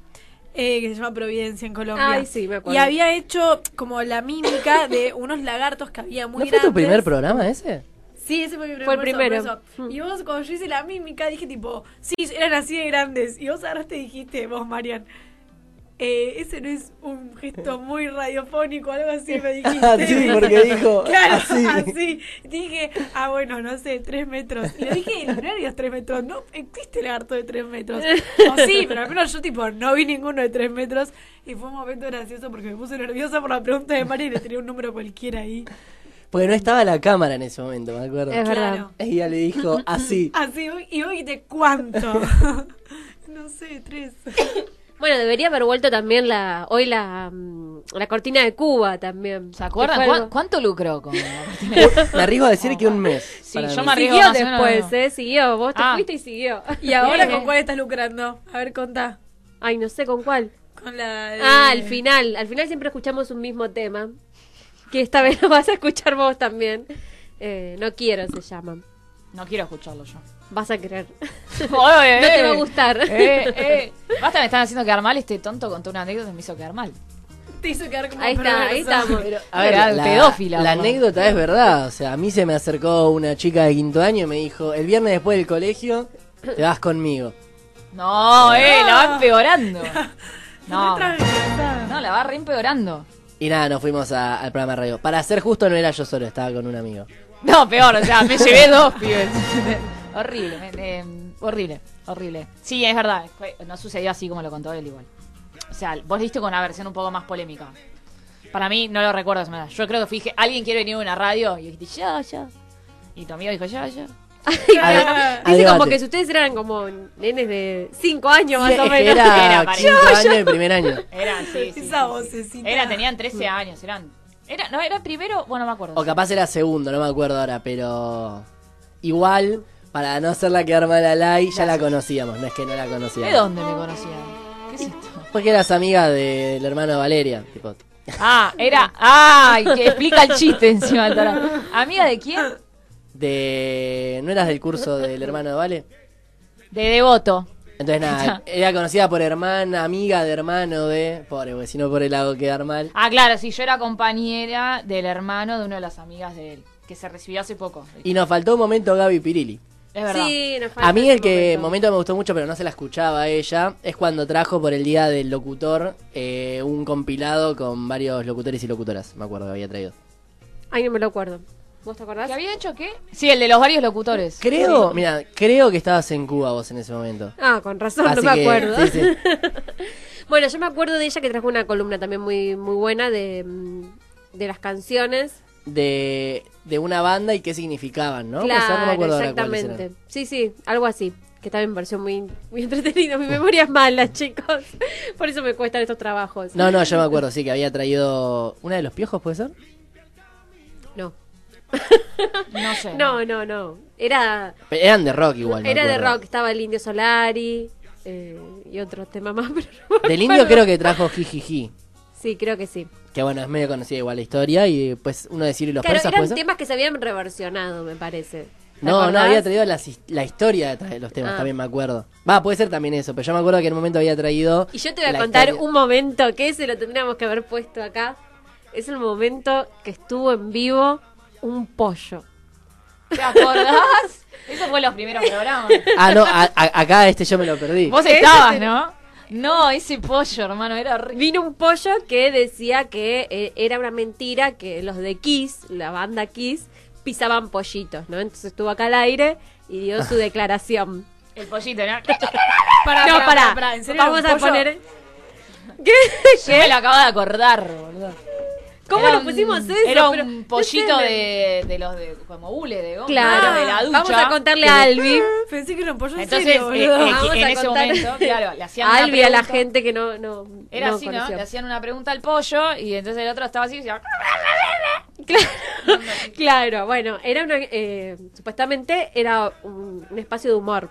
eh, que se llama Providencia en Colombia. Ay, sí, me acuerdo. Y había hecho como la mímica de unos lagartos que había muy ¿No fue tu grandes. primer programa ese? Sí, ese fue mi primer Fue el almuerzo, primero. Mm. por eso. Y vos, cuando yo hice la mímica, dije tipo, sí, eran así de grandes. Y vos agarraste y dijiste, vos, Marian, eh, ese no es un gesto muy radiofónico, algo así me dijiste. Ah, sí, porque dijo Claro, así. así. Dije, ah, bueno, no sé, tres metros. Y lo dije en horarios tres metros. No existe el lagarto de tres metros. O sí, pero al menos yo, tipo, no vi ninguno de tres metros. Y fue un momento gracioso porque me puse nerviosa por la pregunta de María y le tenía un número cualquiera ahí. Porque no estaba la cámara en ese momento, me acuerdo. Es verdad. Claro. Ella le dijo así. Así, y hoy de cuánto. no sé, tres. Bueno, debería haber vuelto también la hoy la, mm, la cortina de Cuba también. ¿Se acuerdan? Que fue ¿Cuán- algo- ¿Cuánto lucró con Me arriesgo a decir que un mes. Sí, para yo mí. me arriesgo. Siguió más o menos lo después, mismo. eh, siguió. Vos te Ah. fuiste y siguió. ¿Y ahora Bien. con cuál estás lucrando? A ver, contá. Ay, no sé con cuál. Con la de- Ah, al final. Al final siempre escuchamos un mismo tema. Que esta vez lo vas a escuchar vos también. Eh, no quiero, se llama. No quiero escucharlo yo. Vas a querer. Oye, No te va a eh. gustar. Eh, eh. Basta, me están haciendo quedar mal. Este tonto contó una anécdota y me hizo quedar mal. Te hizo quedar como Ahí está, ahí perversa. estamos. A ver, Era la, pedófila, la mamá. anécdota es verdad. O sea, a mí se me acercó una chica de quinto año y me dijo, el viernes después del colegio, te vas conmigo. No, eh, la va empeorando. No, Otra vez. no, la va re empeorando. Y nada, nos fuimos a- al programa de radio. Para ser justo, no era yo solo, estaba con un amigo. No, peor, o sea, me llevé dos pibes. horrible, me- eh, horrible, horrible. Sí, es verdad, fue- no sucedió así como lo contó él igual. O sea, vos diste con una versión un poco más polémica. Para mí, no lo recuerdo esa manera. Yo creo que fui, dije, alguien quiere venir a una radio. Y dijiste, ya, ya. Y tu amigo dijo, ya, ya. A- a Dice como debate. que si ustedes eran como nenes de 5 años más Sí, o es que menos. era, Era quinto año de primer año. Eran, sí, sí, sí, Esa sí. vocecita. Era, tenían 13 años, eran. Era, no, era primero, bueno, no me acuerdo. O capaz era segundo, no me acuerdo ahora, pero igual, para no hacerla quedar mal a Lai, ya la conocíamos, no es que no la ¿De conocíamos. dónde me conocían? ¿Qué es esto? Porque eras amiga de- del hermano de Valeria. tipo. Ah, era. ¡Ay! que explica el chiste encima del tarado. ¿Amiga de quién? de ¿No eras del curso del hermano de Vale? De Devoto. Entonces nada, era conocida por hermana, amiga de hermano de... Pobre, porque si no por el hago quedar mal. Ah, claro, sí, yo era compañera del hermano de una de las amigas de él, que se recibió hace poco. Y nos faltó un momento Gaby Pirilli. Es verdad. Sí, nos falta A mí ese el que momento. momento me gustó mucho, pero no se la escuchaba a ella, es cuando trajo por el Día del Locutor eh, un compilado con varios locutores y locutoras, me acuerdo que había traído. Ay, no me lo acuerdo. ¿Vos te acordás? ¿Que había hecho qué? Sí, el de los varios locutores. Creo, mira, creo que estabas en Cuba vos en ese momento. Ah, con razón, Así no me que, acuerdo. sí, sí. Bueno, yo me acuerdo de ella que trajo una columna también muy, muy buena de, mm, de las canciones. De, de una banda y qué significaban, ¿no? Pues ya claro, no me acuerdo ahora cuáles eran. exactamente. Sí, sí, algo así. Que también me pareció muy, muy entretenido. Mi memoria es mala, chicos. Por eso me cuestan estos trabajos. No, no, yo me acuerdo, sí, que había traído una de los piojos, ¿puede ser? No, No sé. no, no. no. Era, Pe- Eran de rock igual. me era de acuerdo. rock. Estaba el Indio Solari eh, y otros temas más. Pero no me Del indio acuerdo. creo que trajo Jijiji. Sí, creo que sí. Que bueno, es medio conocida igual la historia y pues uno decir los Claro, persas, eran ¿puede ser? temas que se habían reversionado, me parece. ¿Te No, no, acordás? había traído las his- la, historia detrás de los temas, Ah. también me acuerdo. Va, puede ser también eso, pero yo me acuerdo que en un momento había traído. Y yo te voy a la contar historia. un momento que ese lo tendríamos que haber puesto acá. Es el momento que estuvo en vivo un pollo. ¿Te acordás? Eso fue los primeros programas. Ah, no, a- a- acá este yo me lo perdí. Vos estabas, ¿no? No, ese pollo, hermano, era horrible. Vino un pollo que decía que eh, era una mentira que los de Kiss, la banda Kiss, pisaban pollitos, ¿no? Entonces estuvo acá al aire y dio Ah. su declaración. El pollito, ¿no? Pará, no, pará, pará, pará, ¿en serio vamos era a un pollo? poner... Yo me lo acabo de acordar, boludo. ¿Cómo Era lo pusimos un- eso? Era Pero- un pollito no sé. de, de los de. como hule, de goma, Claro, de la ducha. vamos a contarle a Albi. Pensé que era un pollo en Entonces, serio, eh, boludo. eh, Vamos en a ese contar- momento, claro, le hacían a una Albi a la pregunta. gente que no, no, Era no así, ¿no? conoció. Le hacían una pregunta al pollo y entonces el otro estaba así y decía. "Ah, Claro, claro, bueno, era una, eh, supuestamente era un, un espacio de humor.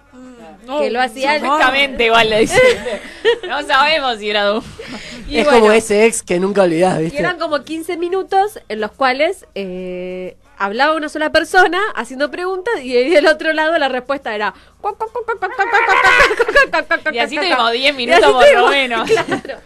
No, que lo hacía- no, Exactamente igual le dice. No sabemos si era de un- Y es bueno, como ese ex que nunca olvidás, y ¿viste? eran como 15 minutos en los cuales eh, hablaba una sola persona haciendo preguntas y del otro lado la respuesta era. "Cuac, cuac, cuac, cuac, cuac, cuac, cuac, cuac, cuac, cuac, cuac, cuac, cuac, Y así cuac, tuvimos cuac". 10 Y minutos así por lo tuvimos- menos. Claro.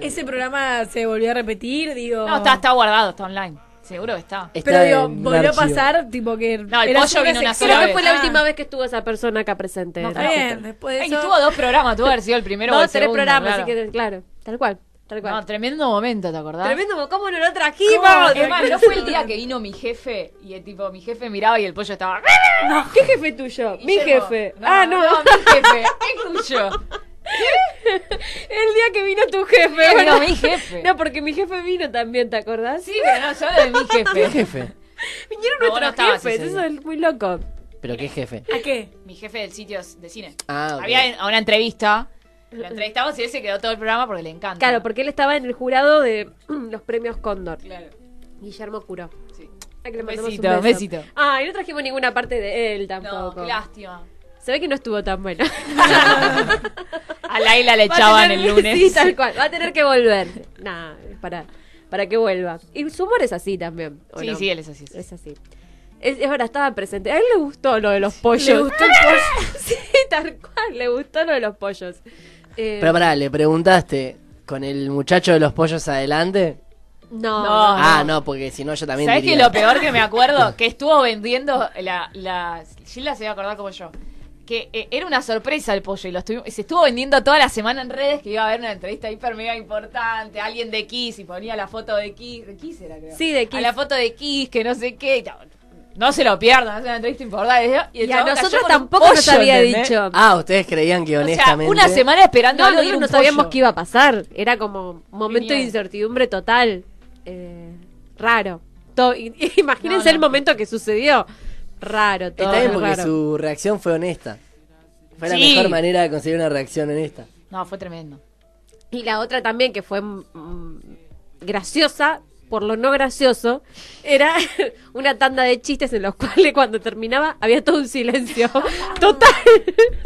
Ese programa se volvió a repetir, digo. No, está, está guardado, está online. Seguro que está. Está Pero digo, en un volvió a archivo. pasar, tipo que. No, el era pollo vino una Creo sola que fue la Ah. última vez que estuvo esa persona acá presente. No, en Está la vez. bien, facultad. después de Ey, eso. tuvo dos programas, tuvo que haber sido el primero o el Dos, tres segundo, programas, así claro. que, claro, tal cual, tal cual. No, tremendo momento, ¿te acordás? Tremendo, ¿cómo no lo ¿Cómo? trajimos? Es más, ¿no fue el día que vino mi jefe? Y el tipo, mi jefe miraba y el pollo estaba... ¿Qué jefe tuyo? Mi Guillermo, jefe. ah, no. mi jefe, es tuyo. El día que vino tu jefe. Sí, bueno. vino mi jefe. No, porque mi jefe vino también, ¿te acordás? Sí, pero no, yo hablo de mi ¿Qué jefe. jefe? Vinieron No, vos no nuestros estabas jefes, ese pues, eso día. es muy loco. ¿Pero qué jefe? ¿A qué? Mi jefe del sitio de cine. Ah, ok. Había en- a una entrevista. Lo entrevistamos y él se quedó todo el programa porque le encanta. Claro, porque él estaba en el jurado de mm, los premios Cóndor. Claro, Guillermo Curó. sí. Ay, que le Un mandamos besito, un besito. Ay, no trajimos ninguna parte de él No, tampoco. qué lástima. Se ve que no estuvo tan buena. A Laila le Va a echaban tener- el lunes. Sí, tal cual. Va a tener que volver. Nah, para, para que vuelva. Y su humor es así también. ¿o Sí, no? sí, él es así. Es así. Es, es verdad, estaba presente. A él le gustó lo de los pollos. Le gustó el pollo. sí, tal cual, le gustó lo de los pollos. Eh, Pero pará, le preguntaste con el muchacho de los pollos adelante. No. no, no. Ah, no, porque si no yo también ¿Sabes qué diría. lo peor que me acuerdo? Que estuvo vendiendo la. la Gilda se va a acordar como yo. Que eh, era una sorpresa el pollo y lo estuvimos- y se estuvo vendiendo toda la semana en redes que iba a haber una entrevista hiper mega importante. Alguien de Kiss y ponía la foto de Kiss. De Kiss era, creo. Sí, de A Kiss. la foto de Kiss, que no sé qué. y tal. no se lo pierdan, es una entrevista importante. ¿no? Y, el Y a chabón cayó nosotros con un tampoco nos pollo, había ¿entendés? dicho. Ah, ustedes creían O que sea, honestamente. una semana esperando No, algo y era un nosotros no sabíamos pollo. qué iba a pasar. Era como un momento de Genial. incertidumbre total. Eh, raro. To- i- imagínense No, no. el momento que sucedió. Raro, todo. Está bien porque raro. su reacción fue honesta. Fue la Sí. mejor manera de conseguir una reacción honesta. No, fue tremendo. Y la otra también que fue mm, graciosa, por lo no gracioso, era una tanda de chistes en los cuales cuando terminaba había todo un silencio. Total.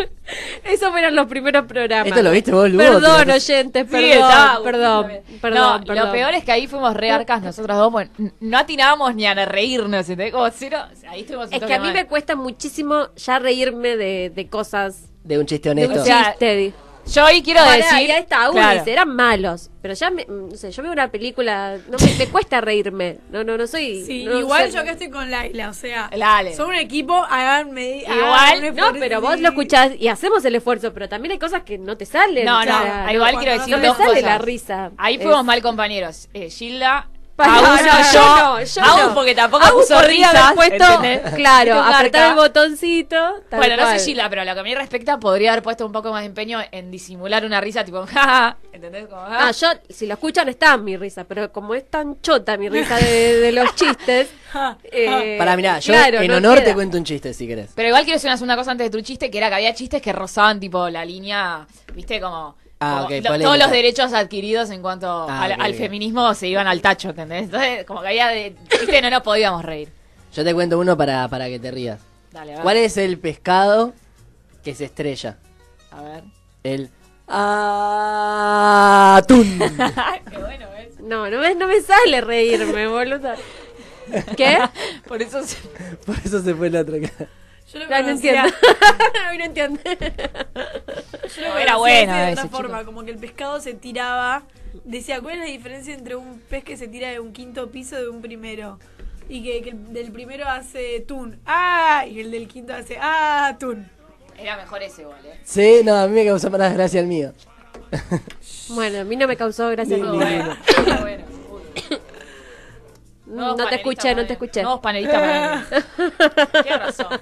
Esos fueron los primeros programas. ¿Esto lo viste vos, Lugo? Perdón, ¿Te- oyentes, Sí, perdón, estaba- perdón, No, perdón, Lo peor es que ahí fuimos re arcas nosotras dos, bueno, n- no atinábamos ni a reírnos, ¿entendés? Como cero, ahí estuvimos un Es que toque a mí mal. me cuesta muchísimo ya reírme de, de cosas. De un chiste De un honesto. O sea, chiste. di- Yo ahí quiero Pará, decir... ya está, uno Claro. dice, eran malos. Pero ya, me, no sé, yo veo una película, no me, me cuesta reírme. No, no, no soy... Sí, no igual soy- yo que estoy con Laila, o sea, Lale. son un equipo, háganme. Igual, háganme No, por- pero vos lo escuchás y hacemos el esfuerzo, pero también hay cosas que no te salen. No, o no, sea, igual no, quiero no decir me dos sale cosas. la risa. Ahí Es- fuimos mal compañeros. Eh, Gilda... Pa- Agus, no, no, yo, yo no, yo Agus no. porque tampoco Agus puso podría haber risas, puesto, ¿entendés? claro, Tipo, apretar el garca. botoncito. tal bueno, no cual. sé Gilda, pero a lo que a mí respecta podría haber puesto un poco más de empeño en disimular una risa tipo, jaja, ¿entendés? Como, "Ah". Ah, yo, si lo escuchan, está mi risa, pero como es tan chota mi risa de, de los chistes. eh, Pará, mirá, yo claro, en no honor queda. te cuento un chiste si querés. Pero igual quiero decir una segunda cosa antes de tu chiste, que era que había chistes que rozaban tipo la línea, viste, como... Ah, como ok, lo- polémica. todos los derechos adquiridos en cuanto Ah, al, ok, al ok. feminismo se iban al tacho, ¿entendés? Entonces, como que había de... Viste, no nos podíamos reír. Yo te cuento uno para, para que te rías. Dale, a ver. ¿Cuál es el pescado que se estrella? A ver. El atún. Qué bueno, ¿ves? No, no me, no me sale reírme, boludo. ¿Qué? Por eso se... Por eso se fue la otra cara. Yo lo No, no conocía- entiendo. Ay, no entiendo. Yo lo No, conocía era bueno así de ese, otra forma, como que el pescado se tiraba. Decía, ¿cuál es la diferencia entre un pez que se tira de un quinto piso de un primero? Y que, que el del primero hace tun, ah, y el del quinto hace ah, tun. Era mejor ese igual, ¿eh? Sí, no, a mí me causó más gracia el mío. Bueno, a mí no me causó gracia. Muy ninguna. bueno. muy bueno. Uy. No, Nuevos te panelistas escuché, no para te mí. escuché. Nuevos panelistas para mí. Tienes razón.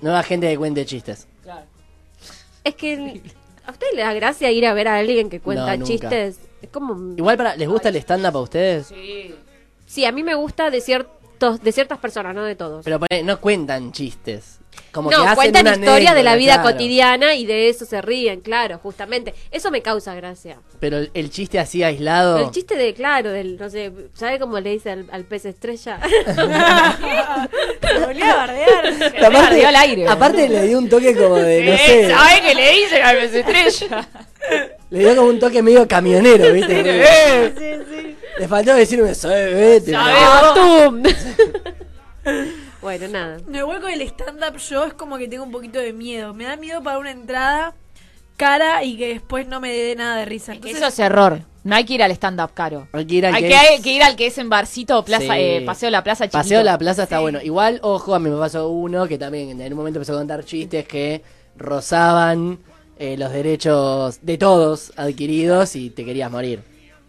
Nueva gente que cuente chistes. Claro. Es que a ustedes les da gracia ir a ver a alguien que No, cuenta nunca. chistes. Es como... un- Igual para, ¿les gusta el stand-up a ustedes? Sí. Sí, a mí me gusta de ciertos de ciertas personas, no de todos. Pero poné, no cuentan chistes. Como que no, hacen cuentan una historias de la anécdota, vida claro. cotidiana y de eso se ríen, claro, justamente. Eso me causa gracia. Pero el, el chiste así aislado. El chiste de, claro, del, no sé, ¿sabe cómo le dice al, al pez estrella? Lo volví a bardear. Pero perdió el aire. aparte le dio un toque como de, Eh, no Sí, sé, ¿Sabe Eh, qué le dicen a mis estrellas? le dio como un toque medio camionero, ¿viste? Eh, Le faltó decir un eso, eh, vete, ¿Sabe pero- vos? ¡Tum! Bueno, nada. No, igual con el stand-up yo es como que tengo un poquito de miedo. Me da miedo para una entrada cara y que después no me dé nada de risa. Que Entonces, Eso es error. No hay que ir al stand-up caro. Hay que ir al hay que que, es- hay que ir al que es en barcito o plaza, Sí. eh, paseo de la plaza chiquito. Paseo de la plaza está bueno. Igual, ojo, a mí me pasó uno que también en un momento empezó a contar chistes que rozaban eh, los derechos de todos adquiridos y te querías morir.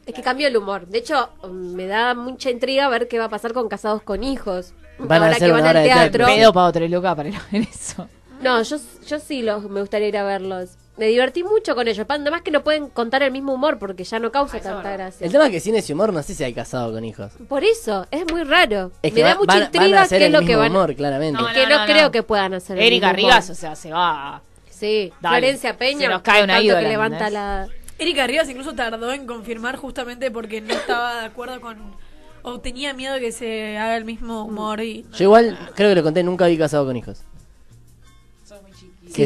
Es que cambió el humor. De hecho, mm, me da mucha intriga ver qué va a pasar con Casados con Hijos. Van a Ahora hacer que una van hora al de teatro. teatro. Pedo para otro loca para ir a ver eso. No, yo, yo sí los, me gustaría ir a verlos. Me divertí mucho con ellos. Nada más que no pueden contar el mismo humor porque ya no causa tanta gracia. El tema es que cine y humor no sé si hay casado con hijos. Por eso, es muy raro. Es me que da va- mucha van, van a intriga hacer qué es el lo mismo que van. humor, claramente. No, que no, no, no. creo que puedan hacer el Erika mismo Rivas, o humor. sea, se va. Sí, Dale. Florencia Peña. Se nos cae una tanto ídola, que levanta ¿entendés? la. Erika Rivas incluso tardó en confirmar justamente porque no estaba de acuerdo con... O tenía miedo que se haga el mismo humor y... Yo igual, creo que lo conté, nunca vi casado con hijos. Qué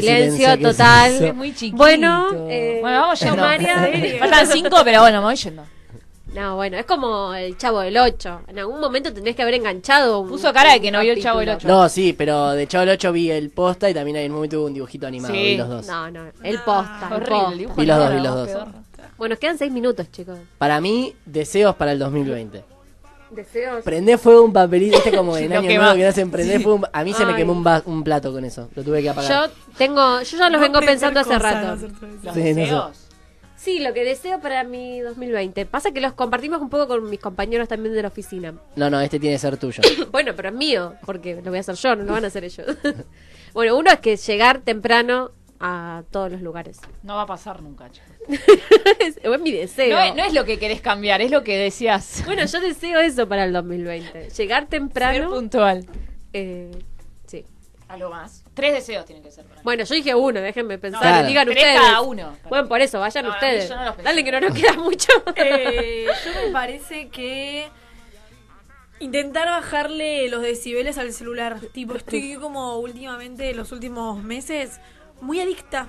Silencio silencio que se total. hizo. Es muy chiquito. Bueno, eh, bueno, vamos ya. eh. yo, María. Faltan cinco, pero bueno, me voy yendo. No, bueno, es como el Chavo del 8. En algún momento tendrías que haber enganchado. un- Puso cara de que no vio el Chavo del capítulo. No, sí, pero de Chavo el 8 vi el posta y también hay en un momento hubo un dibujito animado. Sí. Vi los dos. No, no, el posta. el Horrible, posta. el dibujo Ah, Vi los dos, animado, vi los dos. pedorro. Bueno, nos quedan seis minutos, chicos. Para mí, deseos para el 2020. Deseos. Prende fuego un papelito, este como en Lo año que nuevo va. que hacen prender fuego. un- A mí se me Ay. quemó un, va- un plato con eso. Lo tuve que Yo apagar. tengo, yo ya los vengo pensando hace rato. Los Sí, no sé. deseos. Sí, lo que deseo para mi 2020. Pasa que los compartimos un poco con mis compañeros también de la oficina. No, no, este tiene que ser tuyo. Bueno, pero es mío, porque lo voy a hacer yo, no lo van a hacer ellos. bueno, uno es que llegar temprano a todos los lugares. No va a pasar nunca, chicos. es, es mi deseo. No es, no es lo que querés cambiar, es lo que decías. Bueno, yo deseo eso para el 2020. Llegar Ser temprano. puntual. eh, sí. A lo más. Tres deseos tienen que ser para mí. Bueno, yo dije uno, déjenme pensar, Claro. digan Tres ustedes. cada uno. Bueno, por eso, vayan No, a mí ustedes. yo no los pensé. Dale que no nos queda mucho. Eh, yo me parece que intentar bajarle los decibeles al celular. Tipo, estoy como últimamente, los últimos meses, muy adicta.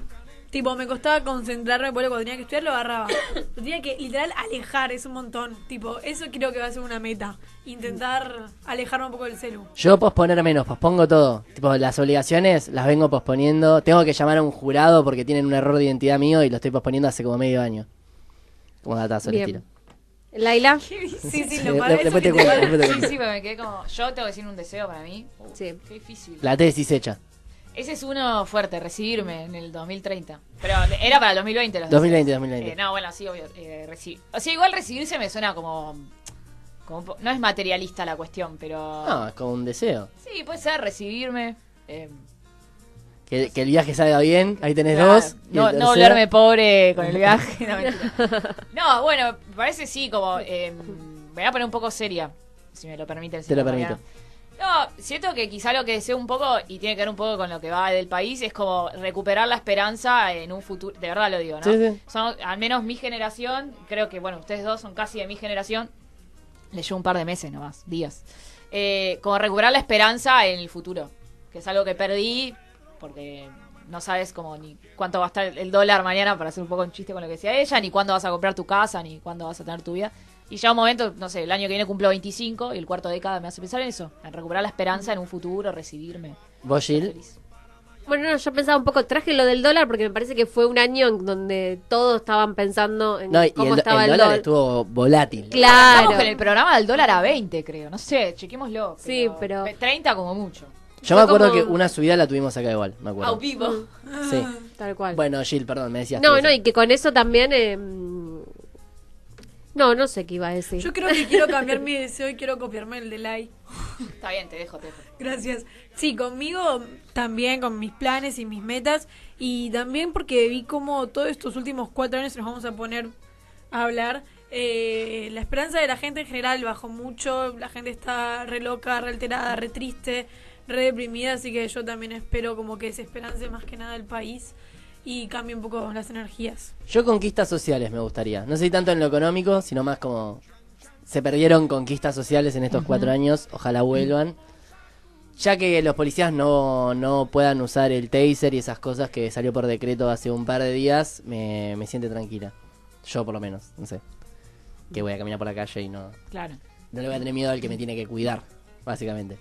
Tipo, me costaba concentrarme por cuando tenía que estudiar, lo agarraba. Lo tenía que literal alejar, es un montón. Tipo, eso creo que va a ser una meta. Intentar alejarme un poco del celu. Yo posponer menos, pospongo todo. Tipo, las obligaciones las vengo posponiendo. Tengo que llamar a un jurado porque tienen un error de identidad mío y lo estoy posponiendo hace como medio año. Como datazo el Bien. estilo. Laila. Sí, sí, de- lo malo después te eso que cuento, te- después te Sí, cuento. sí, pero me quedé como. Yo tengo que decir un deseo para mí. Uh, Sí. Qué difícil. La tesis hecha. Ese es uno fuerte, recibirme en el 2030. Pero era para el 2020 los 2020, deseos. 2020. Eh, no, bueno, sí, obvio. eh, reci- O sea, igual recibirse me suena como, como un po- No es materialista la cuestión, pero... No, es como un deseo. Sí, puede ser recibirme. eh, Que, que el viaje salga bien, ahí tenés claro, dos. y el No, tercero- no volverme pobre con el viaje. No, mentira. No, bueno, me parece sí, como... eh, me voy a poner un poco seria, si me lo permite el Te lo señor Mariano. permito. No, siento que quizá lo que deseo un poco, y tiene que ver un poco con lo que va del país, es como recuperar la esperanza en un futuro, de verdad lo digo, ¿no? Sí, sí. Son, al menos mi generación, creo que, bueno, ustedes dos son casi de mi generación, le llevo un par de meses nomás, días. Eh, como recuperar la esperanza en el futuro, que es algo que perdí, porque no sabes como ni cuánto va a estar el dólar mañana para hacer un poco un chiste con lo que decía ella, ni cuándo vas a comprar tu casa, ni cuándo vas a tener tu vida. Y ya un momento, no sé, el año que viene cumplo 25 y el cuarto década me hace pensar en eso, en recuperar la esperanza en un futuro, recibirme. Vos, Gil. Feliz. Bueno, no, yo pensaba un poco, traje lo del dólar porque me parece que fue un año en donde todos estaban pensando en No, y el, cómo do- estaba el el, dólar dólar. estuvo volátil. Claro. Estamos con el programa del dólar a 20, creo. No sé, chequémoslo. Sí, pero- 30 como mucho. Yo me Fue acuerdo como- que una subida la tuvimos acá igual, me Au acuerdo. vivo. Mm. Sí. Tal cual. Bueno, Gil, perdón, me decías. Ah. no, que no, eso. y que con eso también... eh, no, no sé qué iba a decir. Yo creo que quiero cambiar mi deseo y quiero copiarme el de Lai. Está bien, te dejo, te dejo. Gracias. Sí, conmigo también, con mis planes y mis metas. Y también porque vi cómo todos estos últimos cuatro años nos vamos a poner a hablar. eh, la esperanza de la gente en general bajó mucho. La gente está re loca, re alterada, re triste, re deprimida. Así que yo también espero como que se esperance más que nada el país y cambie un poco las energías. Yo conquistas sociales me gustaría. No sé si tanto en lo económico, sino más como se perdieron conquistas sociales en estos cuatro años. Ojalá vuelvan. Ya que los policías no, no puedan usar el taser y esas cosas que salió por decreto hace un par de días, me, me siente tranquila. Yo por lo menos, no sé. Que voy a caminar por la calle y no, Claro. no le voy a tener miedo al que me tiene que cuidar, básicamente.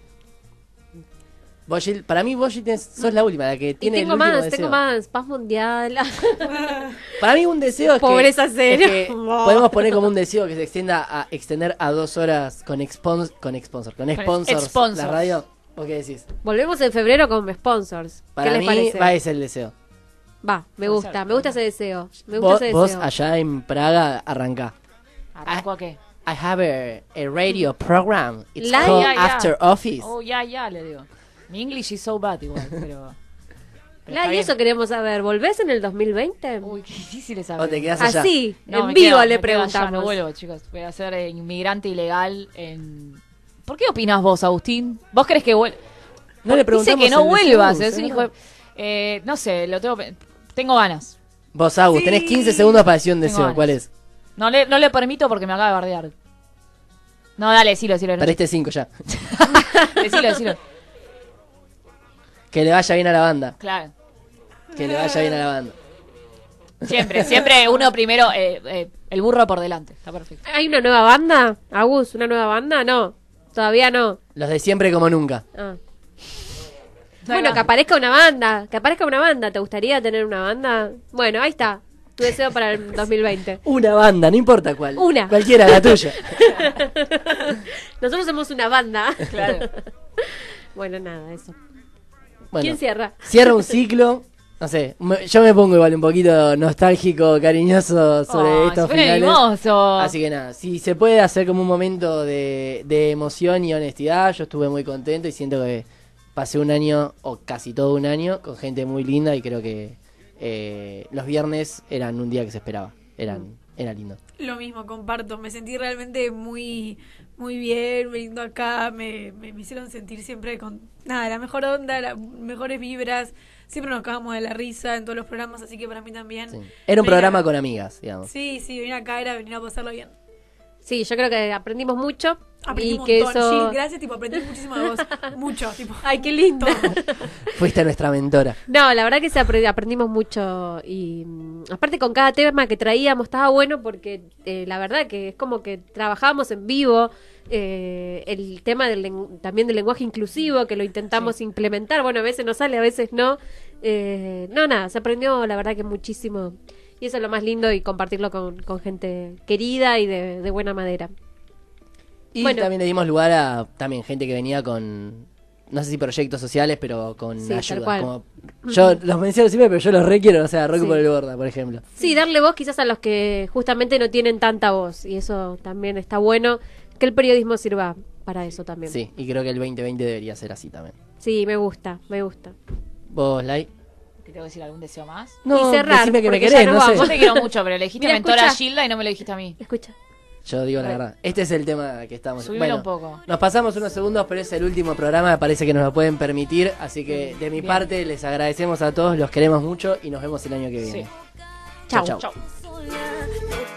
Vos, Jill, para mí, vos, Jill, tenés- sos la última, la que Y tiene. tengo el último más, deseo. tengo más. Paz mundial. Para mí, un deseo es que- Pobreza es que. cero. podemos poner como un deseo que se extienda a extender a dos horas con expons, con sponsor, con sponsors, sponsors. La radio. ¿Vos qué decís? Volvemos en febrero con sponsors. Para ¿Qué mí, les parece? va a ser el deseo. Va, me gusta, me gusta ese deseo. Me gusta Vos, ese vos deseo. allá en Praga arrancá. ¿Arrancó a qué? I have a, a radio program. It's La- called ya, ya. Oh, After Office. Oh, ya, ya, le digo. Mi English is so bad igual, pero... pero La, está y eso bien. queremos saber. ¿Volvés en el 2020? Uy, qué difícil es O Oh, te saber. quedás allá. Así, No, en me quedo, vivo le me quedo allá, preguntamos. No vuelvo, chicos. Voy a ser eh, inmigrante ilegal en... ¿Por qué opinas vos, Agustín? ¿Vos crees que vuelva? No le Dice preguntamos que no el vuelvas. deseo, Es un ¿eh? hijo de- eh, No sé, lo tengo... pe- Tengo ganas. Vos, Agus, tenés 15 segundos para decir un Tengo deseo. ganas. ¿Cuál es? No le, no le permito porque me acaba de bardear. No, dale, decilo, decilo. no- Perdiste 5 ya. Decilo, decilo. Que le vaya bien a la banda. Claro. Que le vaya bien a la banda. Siempre, siempre uno primero, eh, eh, el burro por delante. Está perfecto. ¿Hay una nueva banda? Agus, ¿una nueva banda? No, todavía no. Los de siempre como nunca. Ah. Ahí Bueno, va. que aparezca una banda, que aparezca una banda. ¿Te gustaría tener una banda? Bueno, ahí está. Tu deseo para el 2020. Una banda, no importa cuál. Una. Cualquiera, la tuya. Nosotros somos una banda. Claro. Bueno, nada, eso. Bueno, ¿Quién cierra? cierra un ciclo. No sé, me- yo me pongo igual un poquito nostálgico, cariñoso sobre Oh, estos si fuera finales. Ah, mimoso. Así que nada, si se puede hacer como un momento de, de emoción y honestidad, yo estuve muy contento y siento que pasé un año, o casi todo un año, con gente muy linda y creo que eh, los viernes eran un día que se esperaba. Eran, era lindo. Lo mismo, comparto. Me sentí realmente muy, muy bien viniendo acá. Me, me, me hicieron sentir siempre con nada, la mejor onda, las mejores vibras. Siempre nos acabamos de la risa en todos los programas, así que para mí también. sí. Era un venir programa a- con amigas, digamos. Sí, sí, venir acá era venir a pasarlo bien. Sí, yo creo que aprendimos mucho. Aprendí y un que montón, eso. Gil, gracias, tipo, aprendí muchísimo de vos. Mucho, tipo. Ay, qué lindo. Fuiste nuestra mentora. No, la verdad que se apre- aprendimos mucho y mm, aparte con cada tema que traíamos estaba bueno porque eh, la verdad que es como que trabajábamos en vivo eh, el tema del len- también del lenguaje inclusivo que lo intentamos implementar, bueno, a veces nos sale, a veces no. Eh, no, nada, se aprendió la verdad que muchísimo y eso es lo más lindo y compartirlo con, con gente querida y de, de buena madera. Y Bueno. también le dimos lugar a también gente que venía con, no sé si proyectos sociales, pero con Sí, tal ayuda. cual. como- yo los menciono siempre, pero yo los requiero, o sea, Rocky Sí. por el Borda, por ejemplo. Sí, darle voz quizás a los que justamente no tienen tanta voz. Y eso también está bueno. Que el periodismo sirva para eso también. Sí, y creo que el 2020 debería ser así también. Sí, me gusta, me gusta. ¿Vos, Lai? ¿Te tengo que decir algún deseo más? Y cerrar, decime que me porque querés, ya no nos Yo te sé. quiero mucho, pero le dijiste Mira, mentora escucha. a Gilda y no me lo dijiste a mí. Escucha. Yo digo la verdad. Este es el tema que estamos... Subímelo bueno, un poco. Nos pasamos unos segundos, pero es el último programa, parece que nos lo pueden permitir, así que de mi Bien. parte les agradecemos a todos, los queremos mucho y nos vemos el año que viene. Sí. Chau. chau. Chau. sola, no